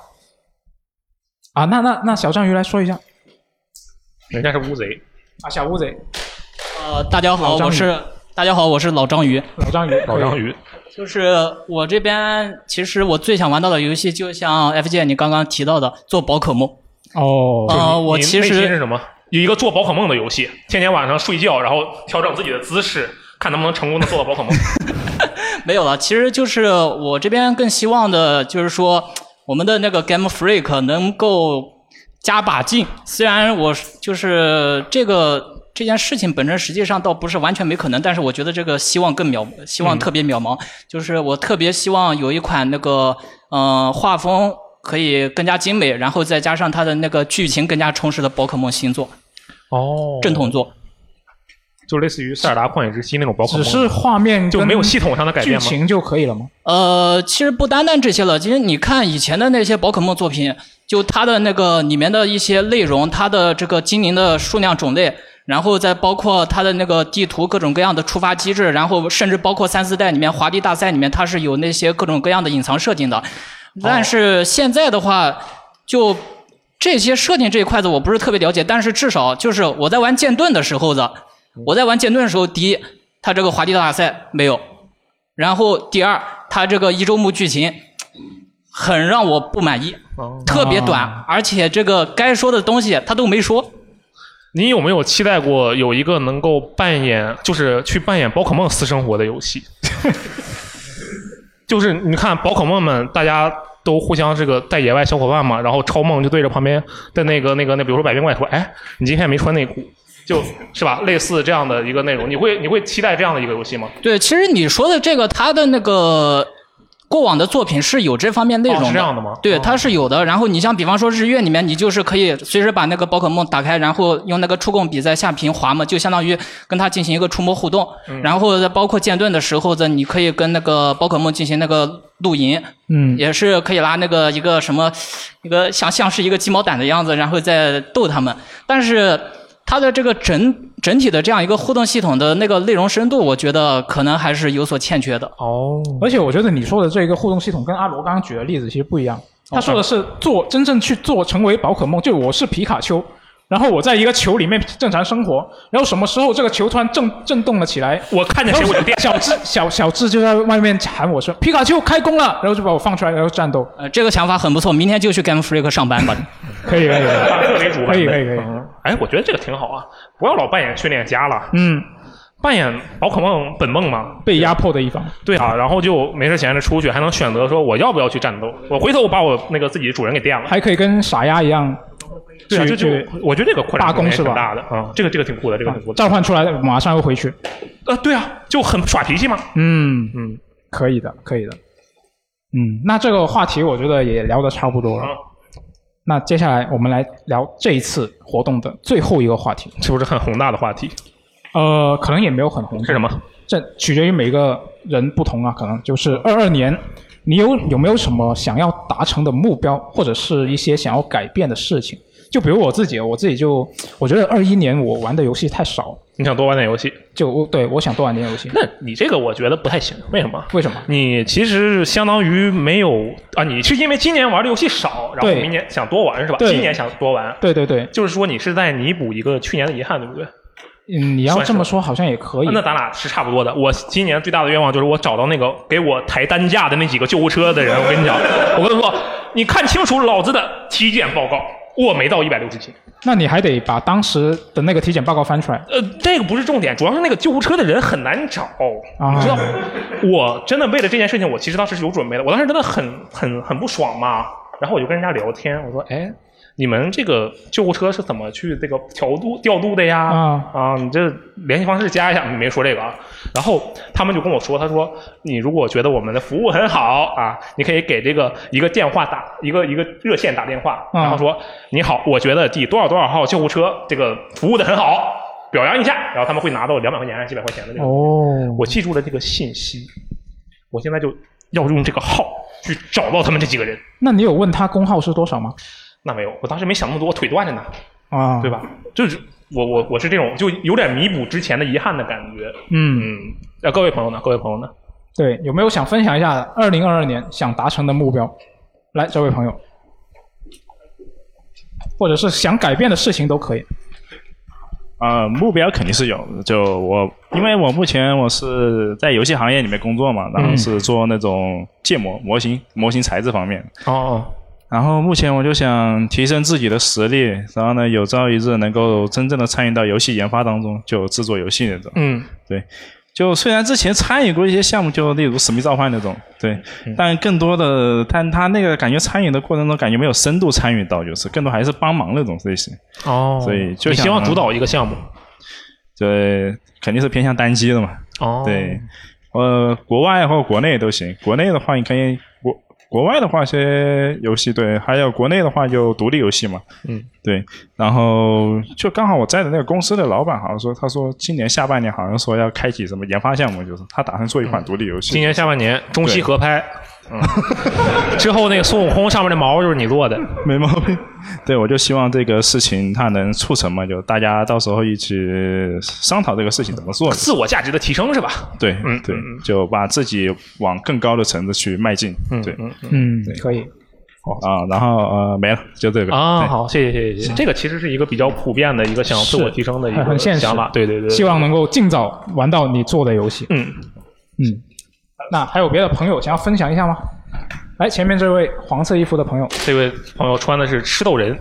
G: 啊，那那那小章鱼来说一下
B: 人家是乌贼。
G: 啊，小乌贼，
R: 呃，大家好，
G: 老章鱼
R: 我是大家好，我是老章鱼。
G: 老章鱼，
B: 老章鱼。
R: 就是我这边，其实我最想玩到的游戏，就像 F 姐你刚刚提到的，做宝可梦。
G: 哦
R: 啊
B: 就是你
R: 我
B: 你
R: 其
B: 内心
R: 实
B: 是什么？有一个做宝可梦的游戏，天天晚上睡觉，然后调整自己的姿势，看能不能成功的做到宝 可梦。
R: 没有了，其实就是我这边更希望的，就是说我们的那个 Game Freak 能够加把劲。虽然我是就是这个这件事情本身实际上倒不是完全没可能，但是我觉得这个希望更渺，希望特别渺茫。
B: 嗯
R: 就是我特别希望有一款那个呃画风可以更加精美，然后再加上它的那个剧情更加充实的宝可梦新作，
B: 哦，
R: 正统作。
B: 就类似于塞尔达旷野之息那种宝可梦，
R: 只是画面
B: 就
R: 跟
B: 没有系统上的改变吗？
R: 剧情
G: 就可以了吗？
R: 呃，其实不单单这些了，其实你看以前的那些宝可梦作品，就它的那个里面的一些内容，它的这个精灵的数量种类，然后再包括它的那个地图各种各样的触发机制，然后甚至包括三四代里面华丽大赛里面，它是有那些各种各样的隐藏设定的。但是现在的话，就这些设定这一块子我不是特别了解，但是至少就是我在玩剑盾的时候的，我在玩剑盾的时候，第一，它这个华丽大赛没有，然后第二，它这个一周目剧情很让我不满意，
B: 哦
R: 特别短，而且这个该说的东西他都没说。
B: 你有没有期待过有一个能够扮演，就是去扮演宝可梦私生活的游戏？ 就是你看宝可梦们，大家都互相这个带野外小伙伴嘛，然后超梦就对着旁边的那个那个那，比如说百变怪说：“哎，你今天没穿内裤。”就是吧，类似这样的一个内容，你会你会期待这样的一个游戏吗？
R: 对，其实你说的这个，他的那个过往的作品是有这方面内容
B: 哦是这样的吗
R: 对，它是有的。然后你像比方说日月里面，你就是可以随时把那个宝可梦打开，然后用那个触控笔在下屏滑嘛，就相当于跟它进行一个触摸互动。
G: 嗯
R: 然后再包括剑盾的时候的，你可以跟那个宝可梦进行那个露营，
G: 嗯
R: 也是可以拿那个一个什么，一个像像是一个鸡毛掸的样子，然后再逗他们。但是它的这个整整体的这样一个互动系统的那个内容深度，我觉得可能还是有所欠缺的。
B: 哦，
G: 而且我觉得你说的这个互动系统跟阿罗刚刚举的例子其实不一样。
B: 哦
G: 他说的是做真正去做成为宝可梦，就我是皮卡丘，然后我在一个球里面正常生活，然后什么时候这个球突然震震动了起来，
B: 我看见谁我就电
G: 小智小小智就在外面喊我说皮卡丘开工了，然后就把我放出来，然后战斗。
R: 呃，这个想法很不错，明天就去 Game Freak 上班吧。啊
G: 可以可以
B: 大哥为主吧
G: 可以可以可以。
B: 哎，我觉得这个挺好啊，不要老扮演训练家了，
G: 嗯，
B: 扮演宝可梦本梦嘛，
G: 被压迫的一方。
B: 对啊，然后就没事闲着出去，还能选择说我要不要去战斗，我回头我把我那个自己的主人给电了。
G: 还可以跟傻丫一样，
B: 对啊，
G: 去
B: 这就
G: 去
B: 我觉得这个扩展
G: 罢
B: 空
G: 工
B: 间
G: 是吧啊
B: 挺大的啊、嗯这个这个挺酷的，这个挺酷的。
G: 召唤出来马上又回去。
B: 呃，对啊，就很耍脾气嘛。
G: 嗯
B: 嗯，
G: 可以的，可以的。嗯，那这个话题我觉得也聊得差不多了。那接下来我们来聊这一次活动的最后一个话题，
B: 是不是很宏大的话题？
G: 呃，可能也没有很宏大。
B: 是什么？
G: 这取决于每个人不同啊，可能就是二二年，你有有没有什么想要达成的目标，或者是一些想要改变的事情？就比如我自己，我自己就我觉得二一年我玩的游戏太少，
B: 你想多玩点游戏？
G: 就我对我想多玩点游戏。
B: 那你这个我觉得不太行，为什么？
G: 为什么？
B: 你其实是相当于没有啊，你是因为今年玩的游戏少，然后
G: 对
B: 明年想多玩是吧？
G: 对
B: 今年想多玩，
G: 对对对，
B: 就是说你是在弥补一个去年的遗憾，对不对？
G: 嗯，你要这么说好像也可以。
B: 那咱俩是差不多的。我今年最大的愿望就是我找到那个给我抬担架的那几个救护车的人。我跟你讲，我跟你说，你看清楚老子的体检报告，我没到一百六十斤。
G: 那你还得把当时的那个体检报告翻出来。
B: 呃，这个不是重点，主要是那个救护车的人很难找，
G: 啊
B: 你知道？我真的为了这件事情，我其实当时是有准备的，我当时真的很很很不爽嘛。然后我就跟人家聊天，我说：“哎，你们这个救护车是怎么去这个调度调度的呀？
G: 啊
B: 你这联系方式加一下。”没说这个啊。然后他们就跟我说：“他说你如果觉得我们的服务很好啊，你可以给这个一个电话打一个一个热线打电话，
G: 啊
B: 然后说你好，我觉得第多少多少号救护车这个服务的很好，表扬一下。”然后他们会拿到两百块钱还是几百块钱的那种。
G: 哦，
B: 我记住了这个信息，我现在就要用这个号去找到他们这几个人。
G: 那你有问他功耗是多少吗？
B: 那没有，我当时没想那么多，我腿断着呢，
G: 啊，
B: 对吧？就是我我我是这种，就有点弥补之前的遗憾的感觉。
G: 嗯，
B: 啊，各位朋友呢？各位朋友呢？
G: 对，有没有想分享一下二零二二年想达成的目标？来，这位朋友，或者是想改变的事情都可以。
L: 啊，目标肯定是有的。就我，因为我目前我是在游戏行业里面工作嘛，然后
B: 嗯
L: 是做那种建模、模型、模型材质方面。
B: 哦。
L: 然后目前我就想提升自己的实力，然后呢，有朝一日能够真正的参与到游戏研发当中，就制作游戏那种。
B: 嗯，
L: 对。就虽然之前参与过一些项目，就例如《使命召唤》那种，对，
B: 嗯
L: 但更多的，但他那个感觉参与的过程中，感觉没有深度参与到，就是更多还是帮忙那种类型。
B: 哦
L: 所以就
B: 你希
L: 想
B: 望主导一个项目？
L: 对，肯定是偏向单机的嘛。
B: 哦
L: 对，呃，国外或国内都行。国内的话，你可以国国外的话，一些游戏对，还有国内的话就独立游戏嘛。
B: 嗯，
L: 对，然后就刚好我在的那个公司的老板好像说，他说今年下半年好像说要开启什么研发项目，就是他打算做一款独立游戏。
B: 嗯今年下半年中西
L: 对
B: 合拍，嗯，之后那个孙悟空上面的毛就是你做的，
L: 没毛病。对，我就希望这个事情它能促成嘛，就大家到时候一起商讨这个事情怎么做。
B: 自我价值的提升是吧？
L: 对，嗯，对，就把自己往更高的层次去迈进。
B: 嗯
L: 对，
B: 嗯
G: 嗯，可以。
L: 啊，然后呃没了，就这个
B: 啊，
L: 对
B: 好，谢谢谢谢谢谢，这个其实是一个比较普遍的一个想自我提升的一
G: 很很
B: 个
G: 现实
B: 想法，对对对，
G: 希望能够尽早玩到你做的游戏。
B: 嗯
G: 嗯，那还有别的朋友想要分享一下吗？来，前面这位黄色衣服的朋友，
B: 这位朋友穿的是吃豆人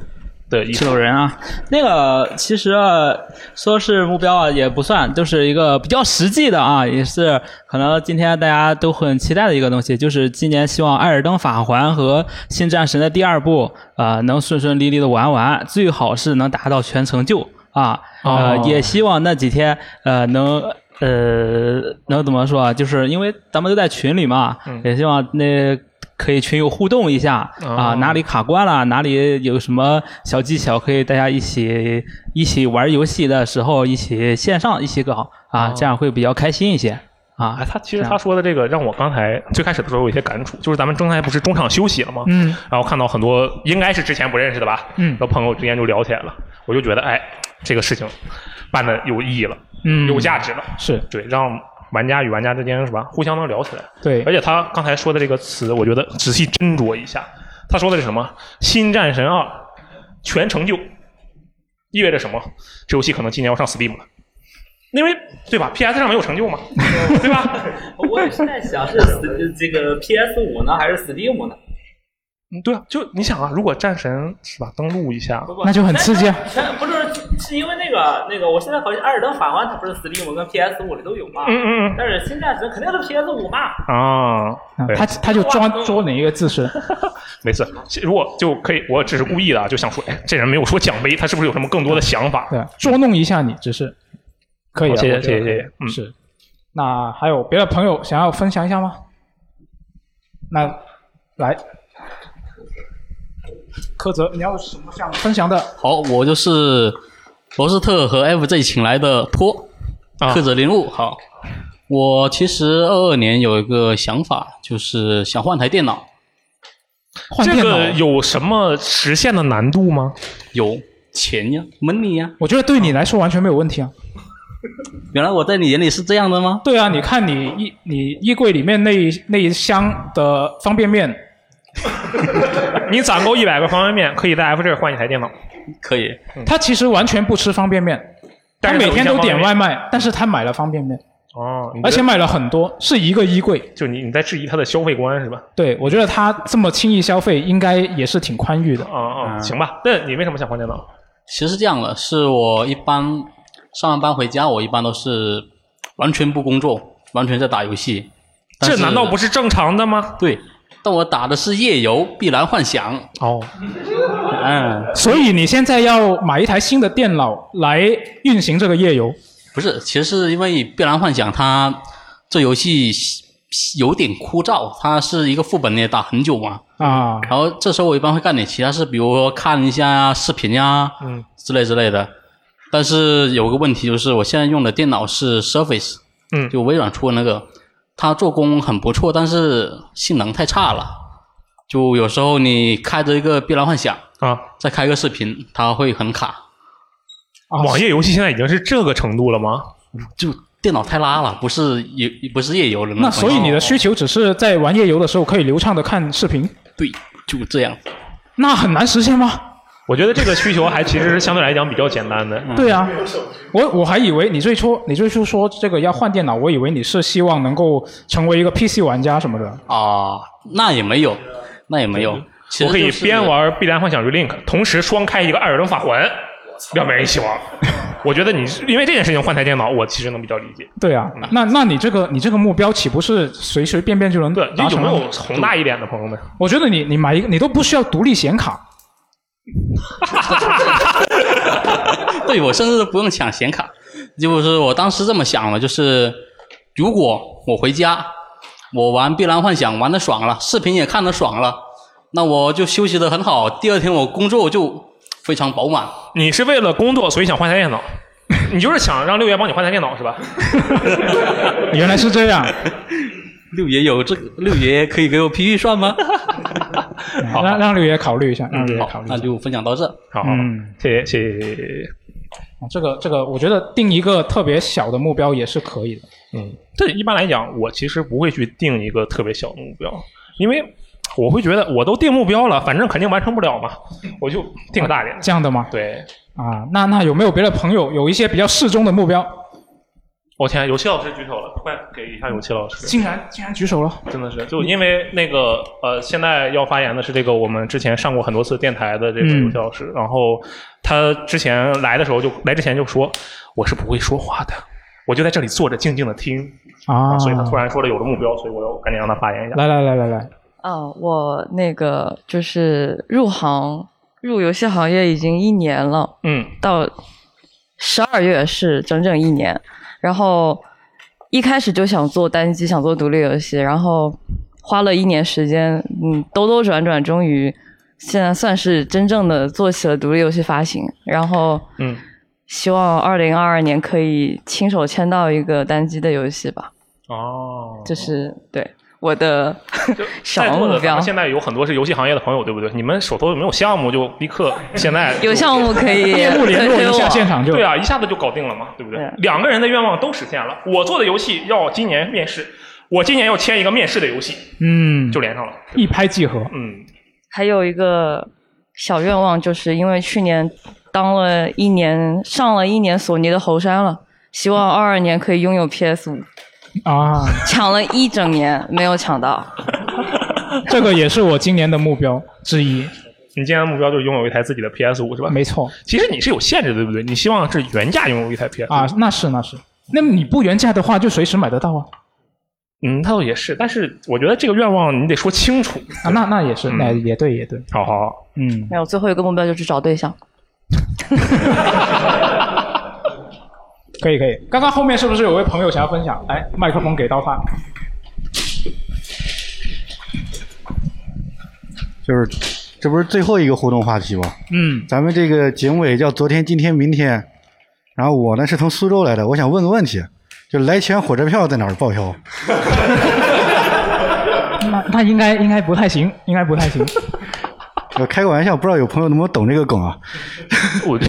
B: 的衣服，
S: 吃豆人啊，那个其实啊说是目标啊也不算，就是一个比较实际的啊，也是可能今天大家都很期待的一个东西，就是今年希望《艾尔登法环》和《新战神》的第二部啊、呃能顺顺利利的玩完，最好是能达到全成就啊，呃
T: 哦
S: 也希望那几天呃能。呃，能怎么说啊？就是因为咱们都在群里嘛，也希望那可以群友互动一下、啊，哪里卡关了，哪里有什么小技巧，可以大家一起一起玩游戏的时候，一起线上一起搞啊，这样会比较开心一些啊。
B: 哎他其实他说的这个让我刚才最开始的时候有一些感触，就是咱们刚才不是中场休息了吗？
G: 嗯，
B: 然后看到很多应该是之前不认识的吧，
G: 嗯
B: 然后朋友之间就聊起来了，我就觉得哎，这个事情办的有意义了，
G: 嗯
B: 有价值了，
G: 是
B: 对，让玩家与玩家之间是吧，互相能聊起来。
G: 对
B: 而且他刚才说的这个词，我觉得仔细斟酌一下，他说的是什么？新战神二全成就意味着什么？这游戏可能今年要上 Steam 了。因为对吧？PS 上没有成就嘛，对吧？
T: 我也是在想是死这个 PS 五呢，还是 Steam 呢？
B: 嗯，对啊，就你想啊，如果战神是吧，登录一下，
T: 不
B: 啊
S: 啊
T: 全不是，是因为那个那个，我现在好像《艾尔登法环》它不是 Steam 跟 PS 五里都有嘛？
B: 嗯嗯嗯
T: 但是《新战神》肯定是 PS 五嘛？
B: 啊，对
G: 他他就抓捉你一个自身。
B: 没事。如果就可以，我只是故意的啊，就想说，哎，这人没有说奖杯，他是不是有什么更多的想法？
G: 对，捉弄一下你，只是可以
B: 好
G: 的。
B: 谢谢
G: 我觉得
B: 谢谢谢谢嗯
G: 是。那还有别的朋友想要分享一下吗？那来，柯泽，你要什么项目？分享的
U: 好，我就是罗斯特和 FJ 请来的托，
B: 啊
U: 克泽林物。好，我其实二二年有一个想法，就是想换台电脑。
B: 这
G: 啊
B: 个有什么实现的难度吗？
U: 有钱呀，money 呀。
G: 我觉得对你来说完全没有问题啊。
U: 原来我在你眼里是这样的吗？
G: 对啊，你看你衣你衣柜里面那一那一箱的方便面，
B: 你攒够一百个方便面，可以在 F 这换一台电 脑。嗯
U: 可以，
G: 他其实完全不吃方便面，他
B: 但是
G: 每
B: 有一
G: 天
B: 箱
G: 都点
B: 方便面
G: 外卖，但是他买了方便面。
B: 哦，
G: 而且买了很多，是一个衣柜。
B: 就你你在质疑他的消费观是吧？
G: 对，我觉得他这么轻易消费，应该也是挺宽裕的。
U: 嗯
B: 啊啊，行吧。那你为什么想换电脑？
U: 其实是这样的，是我一般上完班回家，我一般都是完全不工作，完全在打游戏。
B: 这难道不是正常的吗？
U: 对，但我打的是夜游《碧蓝幻想》。
B: 哦，哎
U: 嗯，
G: 所以你现在要买一台新的电脑来运行这个夜游。
U: 不是，其实是因为《碧蓝幻想》它这游戏有点枯燥，它是一个副本，你也打很久嘛。
G: 啊，
U: 然后这时候我一般会干点其他事，比如说看一下视频呀、
B: 嗯，
U: 之类之类的。但是有个问题就是，我现在用的电脑是 Surface，
B: 嗯，
U: 就微软出的那个，它做工很不错，但是性能太差了。就有时候你开着一个《碧蓝幻想》
B: 啊，
U: 再开一个视频，它会很卡。
B: 啊网页游戏现在已经是这个程度了吗？
U: 就电脑太拉了，不是也不是夜游的
G: 那所以你的需求只是在玩夜游的时候可以流畅的看视频，
U: 对，就这样。
G: 那很难实现吗？
B: 我觉得这个需求还其实是相对来讲比较简单的。
U: 嗯
G: 对啊，我我还以为你最初你最初说这个要换电脑，我以为你是希望能够成为一个 PC 玩家什么的。
U: 啊，那也没有，那也没有。其实
B: 我可以
U: 就是
B: 边玩《碧蓝幻想 Relink》，同时双开一个《艾尔登法环》，两边一起玩。 我觉得你因为这件事情换台电脑，我其实能比较理解。
G: 对啊，那那你这个你这个目标岂不是随随便便就能
B: 就
G: 达
B: 有
G: 成
B: 没
G: 了？
B: 有宏大一点的朋友们？
G: 我觉得你你买一个你都不需要独立显卡，
U: 对我甚至都不用抢显卡，就是我当时这么想的，就是如果我回家，我玩《碧蓝幻想》玩的爽了，视频也看得爽了，那我就休息的很好，第二天我工作就非常饱满。
B: 你是为了工作所以想换台电脑， 你就是想让六爷帮你换台电脑是吧？
G: 原来是这样。
U: 六爷有这个，六爷可以给我批预算吗？
G: 好，让让六爷考虑一下，让六爷考
U: 嗯好
G: 虑，一下。
U: 那就分享到这。
B: 好
G: 嗯，
B: 谢谢谢谢谢谢。
G: 啊这个这个，我觉得定一个特别小的目标也是可以的。
B: 嗯，这一般来讲，我其实不会去定一个特别小的目标，因为我会觉得我都定目标了，反正肯定完成不了嘛，我就定个大一点。
G: 这样的吗？
B: 对，
G: 啊，那那有没有别的朋友有一些比较适中的目标？
B: 我天，有气老师举手了，快给一下有气老师。
G: 竟然竟然举手了，
B: 真的是，就因为那个呃，现在要发言的是这个我们之前上过很多次电台的这个
G: 嗯
B: 有效老师，然后他之前来的时候就来之前就说我是不会说话的，我就在这里坐着静静的听
G: 啊
B: 所以他突然说了有了目标，所以我要赶紧让他发言一下。
G: 来来来来来，
V: 啊，我那个就是入行入游戏行业已经一年了，
B: 嗯，
V: 到十二月是整整一年。然后一开始就想做单机，想做独立游戏，然后花了一年时间，嗯，兜兜转转，终于现在算是真正的做起了独立游戏发行。然后，
B: 嗯，
V: 希望二零二二年可以亲手签到一个单机的游戏吧。
B: 哦，
V: 就是对我的
B: 在
V: 小
B: 座
V: 目
B: 的咱
V: 标
B: 们。现在有很多是游戏行业的朋友，对不对？你们手头有没有项目就 立刻现在
V: 有项目可以
B: 业务联络
V: 推
B: 一
V: 给
B: 下
V: 我
B: 现场就对啊，一下子就搞定了嘛，对不对？两个人的愿望都实现了。我做的游戏要今年面试，我今年要签一个面试的游戏，
G: 嗯，
B: 就连上了。
G: 一拍即合。
B: 嗯，
V: 还有一个小愿望，就是因为去年当了一年，上了一年索尼的猴山了，希望二二年可以拥有 PS 五，
G: 啊，
V: 抢了一整年没有抢到。
G: 这个也是我今年的目标之一。
B: 你今年的目标就是拥有一台自己的 PS 五是吧？
G: 没错。
B: 其实你是有限制的，对不对？你希望是原价拥有一台 PS
G: 啊，那是那是。那么你不原价的话，就随时买得到啊。
B: 嗯，那倒也是，但是我觉得这个愿望你得说清楚嗯
G: 啊。那那也是，那也对也对。
B: 好好好，
G: 嗯，
V: 没有，最后一个目标就是找对象。
G: 可以可以。刚刚后面是不是有位朋友想要分享？来，麦克风给到他。
Q: 就是这不是最后一个互动话题吗？
G: 嗯，
Q: 咱们这个节目也叫昨天、今天、明天。然后我呢是从苏州来的，我想问个问题，就来钱火车票在哪儿报销？
G: 那那应该应该不太行，应该不太行。
Q: 呃开个玩笑，不知道有朋友能不能懂这个梗啊？
B: 我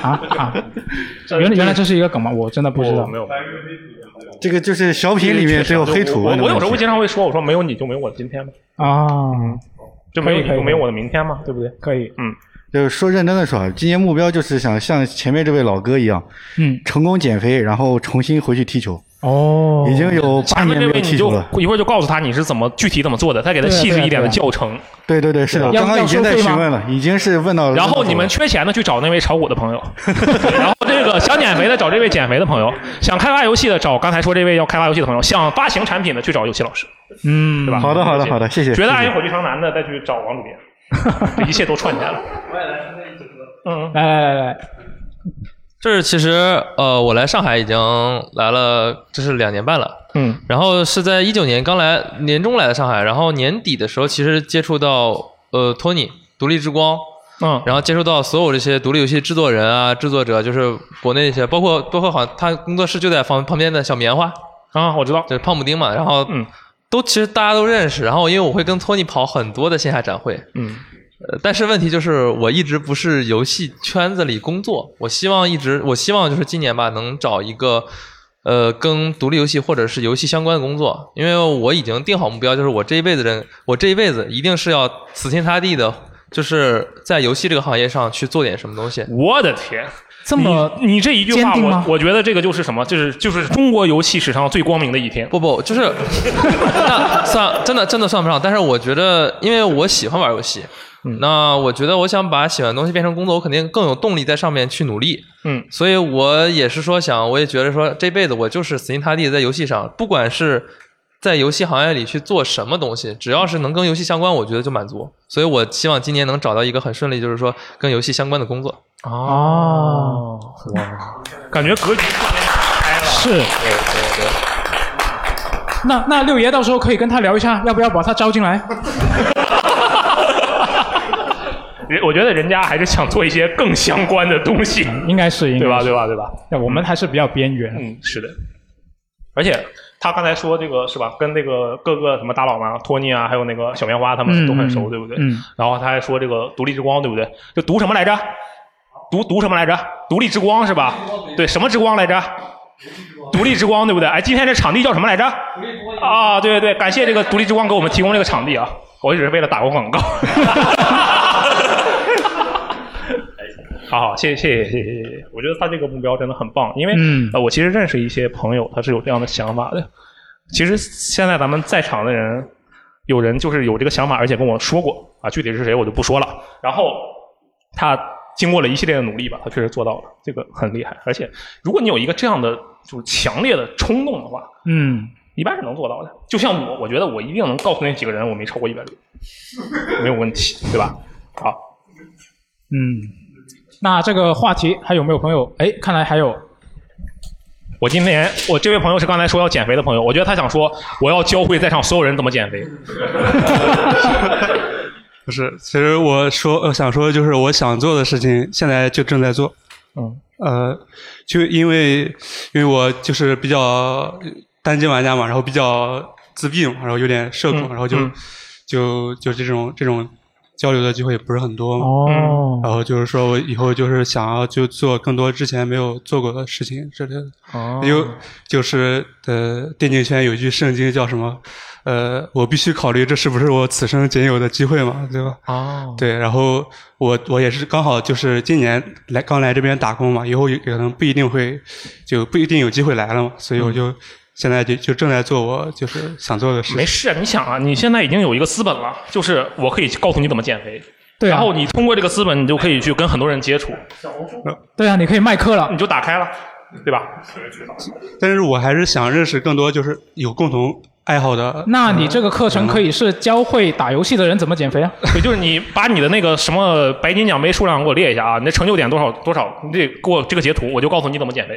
G: 啊啊！ 原来原来这是一个梗吗？我真的不知道。
B: 哦没有。
Q: 这个就是小品里面只有黑土
B: 我
Q: 文的
B: 我有时候
Q: 东
B: 会
Q: 西
B: 经常会说，我说没有你就没有我的今天嘛，
G: 啊，
B: 就没有
G: 可
B: 你
G: 以可以
B: 就没有我的明天嘛，对不对？
G: 可以，
B: 嗯，
Q: 就是说认真的说，啊，今年目标就是想像前面这位老哥一样，
G: 嗯，
Q: 成功减肥，然后重新回去踢球。
G: 哦
Q: 已经有八
B: 下面
Q: 年
B: 这
Q: 没
B: 位
Q: 有
B: 你
Q: 踢
B: 就
Q: 球了。
B: 一会儿就告诉他你是怎么具体怎么做的，再给他
Q: 对啊
B: 细致一点的
Q: 对啊
B: 教程。
Q: 对对对，是的，我
B: 要
Q: 刚刚已经
B: 啊
Q: 在
B: 要收费吗
Q: 询问了，已经是问到了。
B: 然后你们缺钱的去找那位炒股的 朋友，然后这个想减肥的找这位减肥的朋友，想开发游戏的找刚才说这位要开发游戏的朋友，想发行产品的去找游戏老师，
G: 嗯，
B: 对吧？
Q: 好的好的好的谢谢
B: 觉得爱
Q: 谢
B: 因
Q: 谢
B: 火炬长男的再去找王主编，这一切都串起来了。嗯，
G: 来来来来，
M: 这是其实呃，我来上海已经来了，这是两年半了。
B: 嗯，
M: 然后是在一九年刚来年中来的上海，然后年底的时候其实接触到呃托尼独立之光，
B: 嗯，
M: 然后接触到所有这些独立游戏制作人啊、制作者，就是国内一些，包括包括好像他工作室就在旁旁边的小棉花
B: 啊，我知道，
M: 就是胖补丁嘛，然后
B: 嗯。
M: 都其实大家都认识。然后因为我会跟托尼跑很多的线下展会，
B: 嗯，
M: 呃，但是问题就是我一直不是游戏圈子里工作，我希望一直，我希望就是今年吧，能找一个呃跟独立游戏或者是游戏相关的工作，因为我已经定好目标，就是我这一辈子人，我这一辈子一定是要死心塌地的，就是在游戏这个行业上去做点什么东西。
B: 我的天！
M: 这么
B: 你你这一句
M: 坚
B: 话，
M: 定
B: 我
M: 吗
B: 我觉得这个就是什么，就是就是中国游戏史上最光明的一天。
M: 不不，就是 那算真的真的算不上，但是我觉得，因为我喜欢玩游戏，
B: 嗯
M: 那我觉得我想把喜欢的东西变成工作，我肯定更有动力在上面去努力。
B: 嗯，
M: 所以我也是说想，我也觉得说这辈子我就是死心塌地在游戏上，不管是在游戏行业里去做什么东西，只要是能跟游戏相关，我觉得就满足。所以我希望今年能找到一个很顺利，就是说跟游戏相关的工作。
B: 哦，哇，感觉格局
G: 是，
M: 对对对。
G: 那那六爷到时候可以跟他聊一下，要不要把他招进 来？
B: 人我觉得人家还是想做一些更相关的东西，
G: 应该是，应该
B: 对吧？
G: 是
B: 对吧？对吧？
G: 那我们还是比较边缘。
B: 嗯，是的。而且他刚才说这个是吧，跟那个各个什么大佬嘛，托尼啊，还有那个小棉花，他们
G: 嗯
B: 都很
G: 嗯
B: 熟，对不对？
G: 嗯
B: 然后他还说这个独立之光，对不对？就读什么来着？读读什么来着？独立之光是吧？对，什么之光来着？独立之光，对不对？哎，今天这场地叫什么来着？啊，对对对，感谢这个独立之光给我们提供这个场地啊！我只是为了打个广告。好好，谢谢谢谢谢谢谢谢，我觉得他这个目标真的很棒，因为、
G: 嗯
B: 呃，我其实认识一些朋友，他是有这样的想法的。其实现在咱们在场的人，有人就是有这个想法，而且跟我说过啊，具体是谁我就不说了。然后他经过了一系列的努力吧，他确实做到了，这个很厉害。而且如果你有一个这样的就是强烈的冲动的话，
G: 嗯，
B: 一般是能做到的。就像我，我觉得我一定能告诉那几个人，我没超过一百六，没有问题，对吧？好，
G: 嗯，那这个话题还有没有朋友？哎，看来还有。
B: 我今天我这位朋友是刚才说要减肥的朋友，我觉得他想说我要教会在场所有人怎么减肥。
W: 不是，其实我说呃想说的就是我想做的事情，现在就正在做。
B: 嗯，
W: 呃，就因为因为我就是比较单机玩家嘛，然后比较自闭嘛，然后有点社恐，
B: 嗯
W: 然后就、
B: 嗯
W: 就就这种这种交流的机会也不是很多嘛。
G: 哦
W: 然后就是说我以后就是想要就做更多之前没有做过的事情之类的。
B: 哦
W: 有就是呃，电竞圈有一句圣经叫什么？呃，我必须考虑这是不是我此生仅有的机会嘛，对吧？
B: 哦，
W: 对，然后我我也是刚好就是今年来刚来这边打工嘛，以后有可能不一定会就不一定有机会来了嘛，所以我就现在就就正在做我就是想做的事情。
B: 没事，你想啊，你现在已经有一个资本了，就是我可以告诉你怎么减肥。
G: 对啊
B: 然后你通过这个资本，你就可以去跟很多人接触，
G: 对啊，你可以卖课了，
B: 你就打开了，对吧？
W: 但是我还是想认识更多就是有共同爱好的。
G: 那你这个课程可以是教会打游戏的人怎么减肥啊？
B: 对，就是你把你的那个什么白金奖杯数量给我列一下啊，你的成就点多少多少，你得给我这个截图，我就告诉你怎么减肥，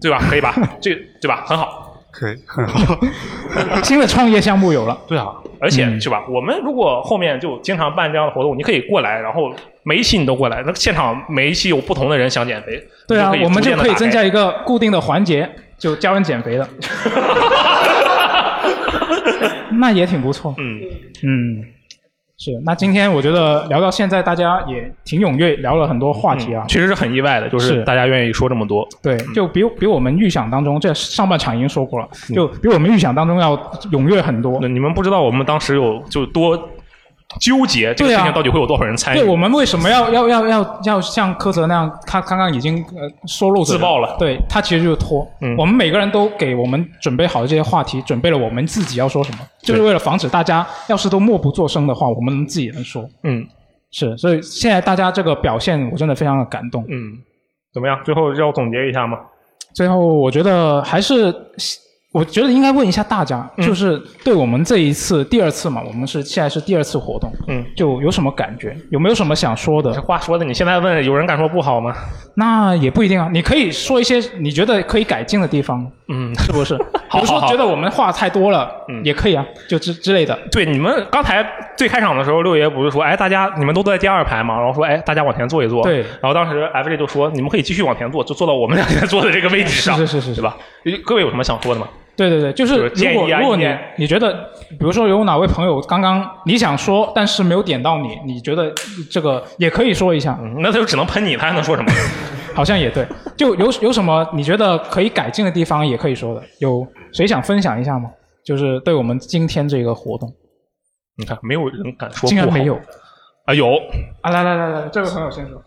B: 对吧？可以吧？这对吧？很好。
W: 可以，很好。
G: 新的创业项目有了。
B: 对啊，而且、
G: 嗯
B: 是吧？我们如果后面就经常办这样的活动，你可以过来，然后每一期你都过来，那现场每一期有不同的人想减肥，
G: 对啊
B: 你，
G: 我们
B: 就
G: 就可以增
B: 加。
G: 加一个固定的环节，就教人减肥 的。那也挺不错。
B: 嗯
G: 嗯，是。那今天我觉得聊到现在，大家也挺踊跃，聊了很多话题啊。
B: 嗯确实是很意嗯外的，就是
G: 是
B: 大家愿意说这么多。
G: 对，就比比我们预想当中，这上半场已经说过了，就比我们预想当中要踊跃很多。
B: 嗯你们不知道我们当时有就多纠结这
G: 对
B: 个事
G: 啊
B: 情到底会有多少人参与。
G: 对我们为什么要要要要要像柯泽那样？他刚刚已经呃说漏嘴
B: 自爆了
G: 对他其实就是拖。
B: 嗯
G: 我们每个人都给我们准备好的这些话题，准备了我们自己要说什么，就是为了防止大家要是都默不作声的话，我们自己能说。
B: 嗯，
G: 是，所以现在大家这个表现，我真的非常的感动。
B: 嗯，怎么样？最后要总结一下吗？
G: 最后，我觉得还是，我觉得应该问一下大家，
B: 嗯
G: 就是对我们这一次第二次嘛，我们是现在是第二次活动，
B: 嗯，
G: 就有什么感觉？有没有什么想说的？
B: 话说的，你现在问有人敢说不好吗？
G: 那也不一定啊，你可以说一些你觉得可以改进的地方，
B: 嗯，
G: 是不是？ 比
B: 好嗯
G: 如说觉得我们话太多了，也可以啊，就之之类的。
B: 对，你们刚才最开场的时候，六爷不是说，哎，大家你们都坐在第二排嘛，然后说，哎，大家往前坐一坐。
G: 对
B: 然后当时 FJ 就说，你们可以继续往前坐，就坐到我们俩现在坐的这个位置上。
G: 是是是是，
B: 对吧？各位有什么想说的吗？
G: 对对对，就
B: 就是
G: 如
B: 建
G: 果
B: 议啊
G: 如果
B: 意
G: 你
B: 见
G: 你觉得，比如说有哪位朋友刚刚你想说，但是没有点到你，你觉得这个也可以说一下。
B: 嗯那他就只能喷你，他还能说什么？
G: 好像也对，就有有什么你觉得可以改进的地方也可以说的。有谁想分享一下吗？就是对我们今天这个活动，
B: 你看，没有人敢说
G: 竟然
B: 不好
G: 没有
B: 啊，有
G: 啊！来来来来，这位朋友先说。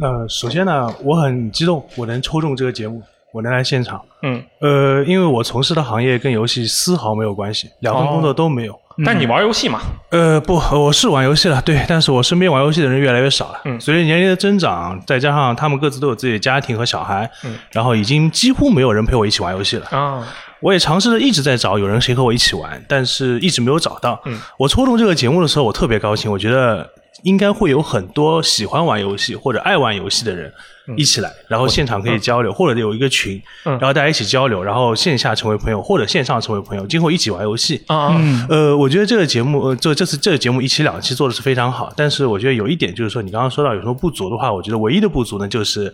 X: 呃，首先呢，我很激动，我能抽中这个节目，我能来现场。
B: 嗯，
X: 呃，因为我从事的行业跟游戏丝毫没有关系，两份
B: 哦
X: 工作都没有。
B: 但你玩游戏
G: 嗯
B: 嘛？
X: 呃，不，我是玩游戏了，对，但是我身边玩游戏的人越来越少了。
B: 嗯
X: 随着年龄的增长，再加上他们各自都有自己的家庭和小孩，
B: 嗯
X: 然后已经几乎没有人陪我一起玩游戏了。
B: 啊，
X: 我也尝试着一直在找有人谁和我一起玩，但是一直没有找到。
B: 嗯
X: 我抽中这个节目的时候，我特别高兴，我觉得应该会有很多喜欢玩游戏或者爱玩游戏的人一起来，然后现场可以交流，或者有一个群，
B: 嗯
X: 然后大家一起交流，然后线下成为朋友，或者线上成为朋友，今后一起玩游戏。
B: 啊嗯
X: 呃，我觉得这个节目，呃，这这次这个节目一期两期做的是非常好，但是我觉得有一点就是说，你刚刚说到有什么不足的话，我觉得唯一的不足呢，就是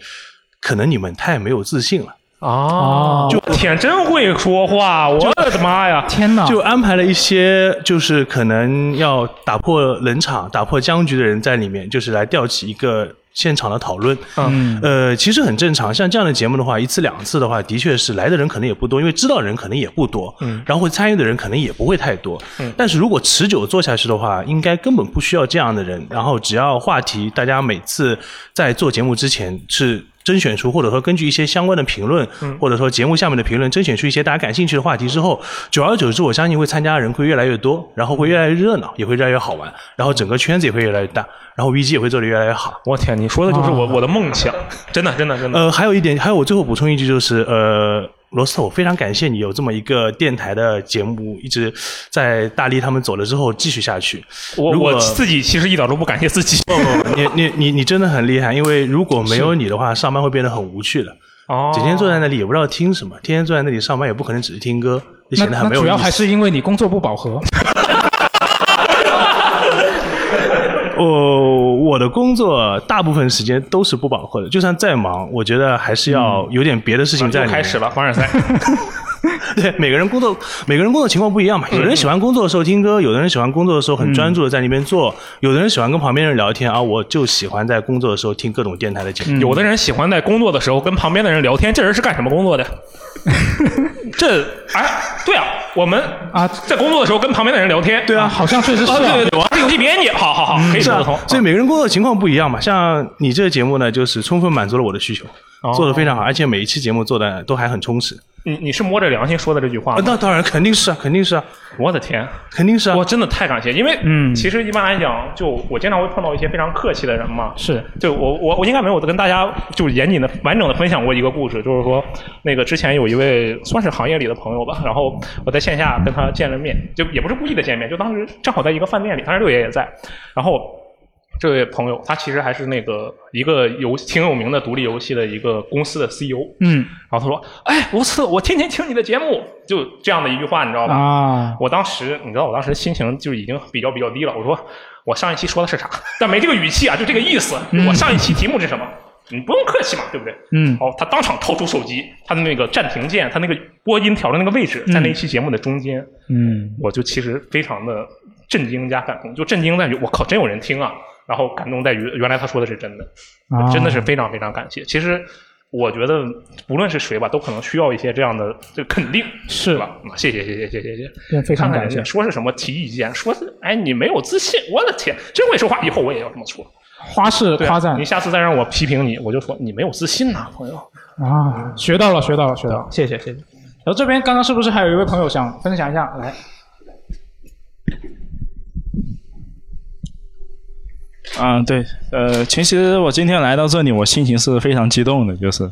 X: 可能你们太没有自信了。
B: 啊，就天真会说话，我的啊妈呀！
G: 天哪！
X: 就安排了一些，就是可能要打破冷场、打破僵局的人在里面，就是来吊起一个现场的讨论。
B: 嗯
X: 呃，其实很正常。像这样的节目的话，一次两次的话，的确是来的人可能也不多，因为知道的人可能也不多，
B: 嗯
X: 然后会参与的人可能也不会太多。
B: 嗯
X: 但是如果持久做下去的话，应该根本不需要这样的人。然后只要话题，大家每次在做节目之前是。甄选出，或者说根据一些相关的评论，
B: 嗯
X: 或者说节目下面的评论，甄选出一些大家感兴趣的话题之后，久而久之，我相信会参加的人会越来越多，然后会越来越热闹，也会越来越好玩，然后整个圈子也会越来越大，然后 VG 也会做得越来越好。啊
B: 我天，你说的就
G: 啊
B: 是我我的梦想，真的真的真的。
X: 呃，还有一点，还有我最后补充一句，就是呃，罗斯特，我非常感谢你有这么一个电台的节目，一直在大力他们走了之后继续下去。
B: 我
X: 如果
B: 我自己其实一点都不感谢自己。
X: 你你你你真的很厉害，因为如果没有
B: 是
X: 你的话，上班会变得很无趣的。
B: 哦
X: 整天坐在那里也不知道听什么，天天坐在那里上班也不可能只是听歌，
G: 那
X: 就显得很
G: 那
X: 没有
G: 主要
X: 意思
G: 还是因为你工作不饱和。
X: 哦， 我的工作大部分时间都是不饱和的，就算再忙，我觉得还是要有点别的事情在里
B: 嗯啊又
X: 面。
B: 开始了凡尔赛。
X: 对，每个人工作，每个人工作情况不一样
B: 嗯
X: 嘛。有的人喜欢工作的时候听歌，有的人喜欢工作的时候很专注的在那边
B: 嗯
X: 做，有的人喜欢跟旁边人聊天啊。我就喜欢在工作的时候听各种电台的节目。
B: 嗯有的人喜欢在工作的时候跟旁边的人聊天，这人是干什么工作的？ 这哎，对啊，我们
G: 啊，
B: 在工作的时候跟旁边的人聊天，对
G: 啊，好像确实是啊嗯
B: 对对对，我是游戏编辑，好好好，可以
X: 是
B: 说得
X: 啊
B: 通。，
X: 所以每个人工作情况不一样嘛。像你这个节目呢，就是充分满足了我的需求，做的非常好，而且每一期节目做的都还很充实。
B: 哦你你是摸着良心说的这句话吗？
X: 呃那当然，肯定是啊，肯定是啊。
B: 我的天，
X: 肯定是啊！
B: 我真的太感谢，因为
X: 嗯
B: 其实一般来讲，就我经常会碰到一些非常客气的人嘛。
G: 是，
B: 就我我我应该没有跟大家就严谨的完整的分享过一个故事，就是说那个之前有一位算是行业里的朋友吧，然后我在线下跟他见了面，就也不是故意的见面，就当时正好在一个饭店里，当时六爷也在，然后。这位朋友，他其实还是那个一个游挺有名的独立游戏的一个公司的 E CEO，
G: 嗯，
B: 然后他说：“哎，罗斯特，我天天听你的节目。”就这样的一句话，你知道吧？
G: 啊
B: 我当时，你知道，我当时心情就已经比较比较低了。我说，我上一期说的是啥？但没这个语气啊，就这个意思。
G: 嗯
B: 我上一期题目是什么？你不用客气嘛，对不对？
G: 嗯
B: 哦，他当场掏出手机，他的那个暂停键，他那个播音调的那个位置，在那一期节目的中间。
G: 嗯，
B: 我就其实非常的震惊加感动，就震惊在于我靠，真有人听啊！然后感动在于原来他说的是真的，
G: 啊
B: 真的是非常非常感谢。其实我觉得无论是谁吧，都可能需要一些这样的这个肯定，是吧？嗯谢谢谢谢谢谢谢
G: 对
B: 谢，
G: 非常
B: 看看
G: 感谢
B: 人家说是什么提意见，说是哎你没有自信，我的天，真会说话，以后我也要这么说。
G: 花式
B: 对啊
G: 夸赞
B: 你下次再让我批评你，我就说你没有自信呐、朋友。
G: 啊，学到了，学到了，学到了，谢谢谢谢。然后这边刚刚是不是还有一位朋友想分享一下？来，
L: 啊，对，呃，其实我今天来到这里，我心情是非常激动的，就是，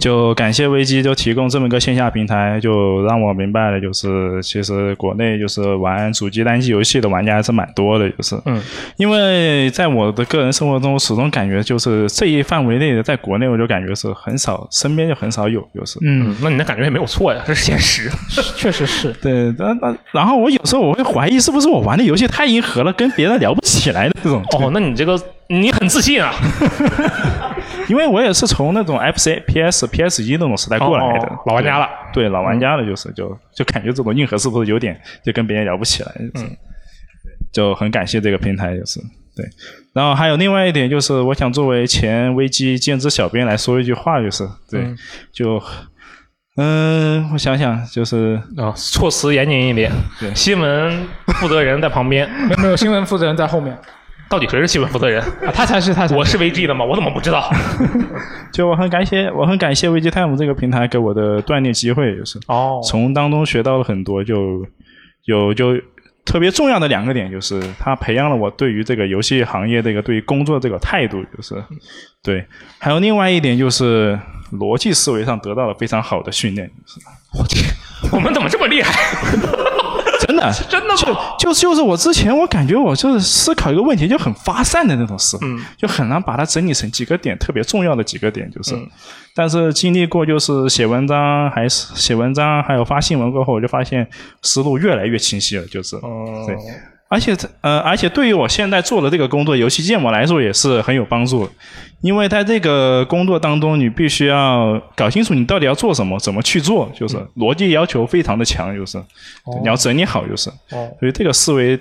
L: 就感谢危机就提供这么个线下平台，就让我明白了，就是其实国内就是玩主机单机游戏的玩家还是蛮多的，就是，
B: 嗯，
L: 因为在我的个人生活中，我始终感觉就是这一范围内的，在国内我就感觉是很少，身边就很少有，就是，
B: 嗯，那你的感觉也没有错呀，这是现实，
G: 确实是。
L: 对，但但然后我有时候我会怀疑，是不是我玩的游戏太硬核了，跟别人聊不起来的这种。
B: 哦，那你这个你很自信啊！
L: 因为我也是从那种 FC、PS、PS 一那种时代过来的，
B: 哦哦老玩家了
L: 对。对，老玩家了，就是就就感觉这种硬核是不是有点就跟别人聊不起来？就是
B: 嗯，
L: 就很感谢这个平台，就是对。然后还有另外一点就是，我想作为前危机兼职小编来说一句话，就是对，
B: 嗯
L: 就嗯、我想想，就是
B: 啊，措辞严谨一点。
L: 对，
B: 新闻负责人在旁边，
G: 没有没有，新闻负责人在后面。啊
B: 到底谁是新闻负责人？
G: 他才是他
B: 我是 VG 的吗？我怎么不知道？
L: 就我很感谢，我很感谢危机 time 这个平台给我的锻炼机会，就是
B: 哦，
L: 从当中学到了很多，就有就特别重要的两个点，就是它培养了我对于这个游戏行业这个对于工作这个态度，就是对，还有另外一点就是逻辑思维上得到了非常好的训练，就是
B: 我们怎么这么厉害？
L: 真的
B: 真的吗？
L: 就就是我之前我感觉我就是思考一个问题就很发散的那种思考，
B: 嗯
L: 就很难把它整理成几个点特别重要的几个点，就是。
B: 嗯
L: 但是经历过就是写文章还是写文章，还有发新闻过后，我就发现思路越来越清晰了，就是。
B: 哦
L: 对。而且这呃，而且对于我现在做的这个工作，游戏建模来说也是很有帮助，因为在这个工作当中，你必须要搞清楚你到底要做什么，怎么去做，就是逻辑要求非常的强，就是、
B: 嗯哦
L: 你要整理好，就是。
B: 哦，
L: 所以这个思维，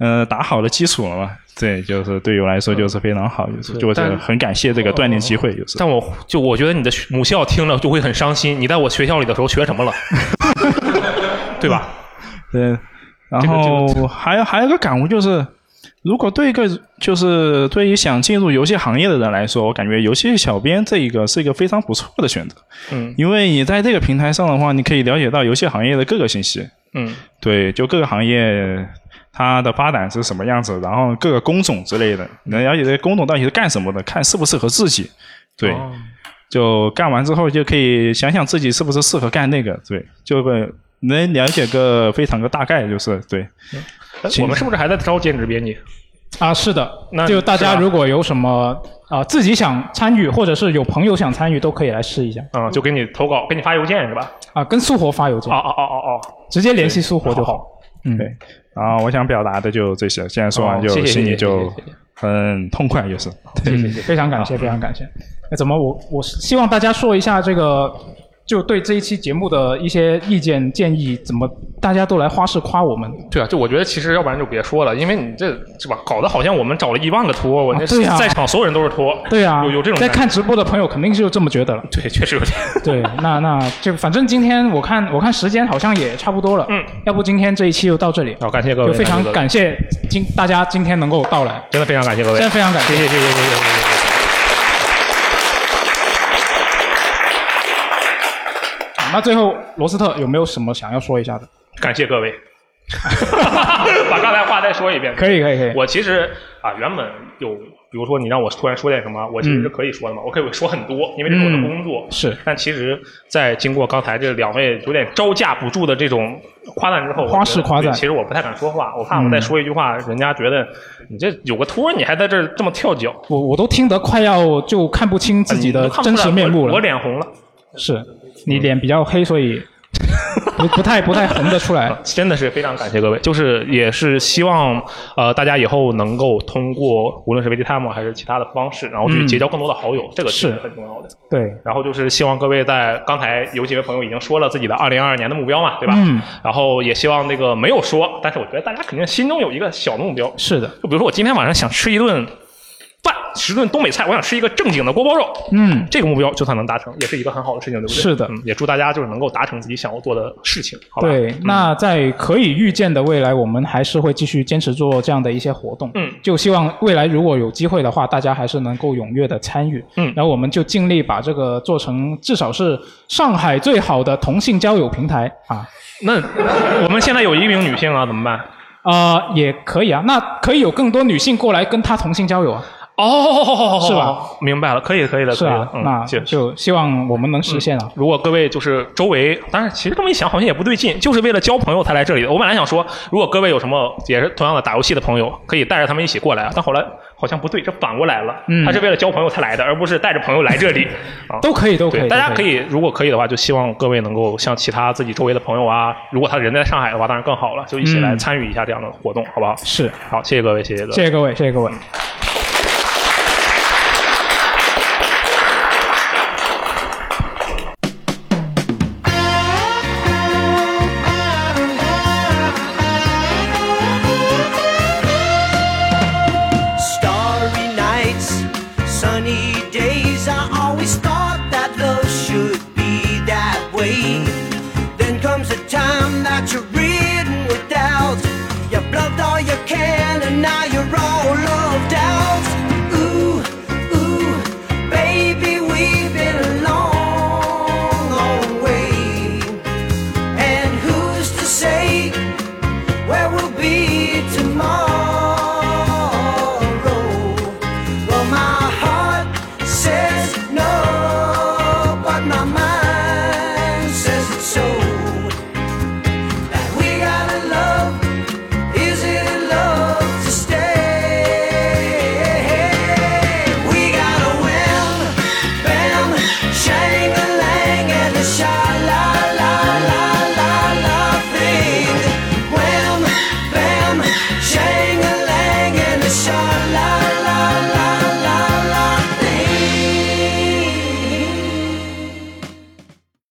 L: 呃，打好了基础了嘛，对，就是对于我来说就是非常好，就是
B: 对
L: 就我是
B: 但
L: 很感谢这个锻炼机会，就是。
B: 但我就我觉得你的学母校听了就会很伤心。你在我学校里的时候学什么了？ 对吧？
L: 对，然
B: 这个
L: 后
B: 这个
L: 还有还有一个感悟就是，如果对一个就是对于想进入游戏行业的人来说，我感觉游戏小编这一个是一个非常不错的选择，
B: 嗯
L: 因为你在这个平台上的话，你可以了解到游戏行业的各个信息，
B: 嗯
L: 对，就各个行业它的发展是什么样子，然后各个工种之类的，你能了解这个工种到底是干什么的，看适不适合自己。对，
B: 哦
L: 就干完之后就可以想想自己是不是适合干那个，对，就会能了解个非常个大概，就是对。
G: 嗯
B: 哎我们是不是还在招兼职编辑？
G: 啊，是的，
B: 那
G: 就大家
B: 是吧
G: 如果有什么啊、自己想参与，或者是有朋友想参与，都可以来试一下
B: 啊、就给你投稿，给你发邮件是吧？
G: 啊，跟苏活发邮件，
B: 哦哦哦哦哦，
G: 直接联系苏活就好。
L: 嗯，对。然后我想表达的就这些，现在说完就
G: 哦谢谢
L: 心里
G: 谢谢
L: 就很痛快，就是。 对
G: 非常感谢，非常感谢。那怎么我我希望大家说一下这个，就对这一期节目的一些意见建议，怎么大家都来花式夸我们？
B: 对啊，就我觉得其实要不然就别说了，因为你这是吧，搞得好像我们找了一万个托，我那
G: 啊对啊
B: 在场所有人都是托，
G: 对啊，
B: 有有这种
G: 在
B: 感觉
G: 看直播的朋友肯定就这么觉得了。
B: 对，确实有点。
G: 对，那那就反正今天我看我看时间好像也差不多了，嗯，要不今天这一期就到这里。
B: 好，感谢各位，
G: 就非常感谢今大家今天能够到来，
B: 真的非常感谢各位，
G: 真的非常感谢
B: 谢谢谢谢谢谢谢谢谢谢。
G: 好啊那最后罗斯特有没有什么想要说一下的？
B: 感谢 各位。把刚才话再说一遍。
G: 可以可以可以
B: 我其实啊，原本有，比如说你让我突然说点什么，我其实是可以说的嘛，我可以说很多，因为这是我的工作。
G: 嗯是。
B: 但其实，在经过刚才这两位有点招架不住的这种夸赞之后，我觉得
G: 花式夸赞嗯
B: 对其实我不太敢说话，我怕我再说一句话，人家觉得你这有个托，你还在这儿这么跳脚，
G: 我我都听得快要就看不清自己的
B: 都嗯看不
G: 真
B: 出来
G: 实面目
B: 我
G: 了。
B: 我脸红了。
G: 是你脸比较黑，所以不不太不太横得出来。
B: 真的是非常感谢各位，就是也是希望呃大家以后能够通过无论是 VTime 还是其他的方式，然后去
G: 嗯
B: 结交更多的好友，这个
G: 是
B: 很重要的。
G: 对，
B: 然后就是希望各位在刚才有几位朋友已经说了自己的二零二二年的目标嘛，对吧？
G: 嗯。
B: 然后也希望那个没有说，但是我觉得大家肯定心中有一个小的目标。
G: 是的。
B: 就比如说我今天晚上想吃一顿饭，吃一顿东北菜，我想吃一个正经的锅包肉。
G: 嗯，
B: 这个目标就算能达成，也是一个很好的事情，对不对？
G: 是的
B: 嗯，也祝大家就是能够达成自己想要做的事情，好吧？嗯
G: 对，那在可以预见的未来，我们还是会继续坚持做这样的一些活动。
B: 嗯，
G: 就希望未来如果有机会的话，大家还是能够踊跃的参与。
B: 嗯
G: 然后我们就尽力把这个做成至少是上海最好的同性交友平台啊。
B: 那我们现在有一名女性啊，怎么办？
G: 啊，也可以啊，那可以有更多女性过来跟他同性交友啊。
B: 哦
G: 是吧？？
B: 明白了，可以的，可以的，
G: 是啊
B: 可以的嗯，
G: 那就希望我们能实现啊。
B: 如果各位就是周围，当然其实这么一想好像也不对劲，就是为了交朋友才来这里的。我本来想说，如果各位有什么也是同样的打游戏的朋友，可以带着他们一起过来啊。但后来好像不对，这反过来了，
G: 嗯
B: 他是为了交朋友才来的，而不是带着朋友来 这里啊。
G: 都可以都
B: 对
G: 可以
B: 大家
G: 都可
B: 可
G: 以
B: 以，如果可以的话，就希望各位能够像其他自己周围的朋友啊，如果他人在上海的话，当然更好了，就一起来
G: 嗯
B: 参与一下这样的活动，好不好？
G: 是，
B: 好，谢谢各位，谢谢各位，
G: 谢谢各位，谢谢各位。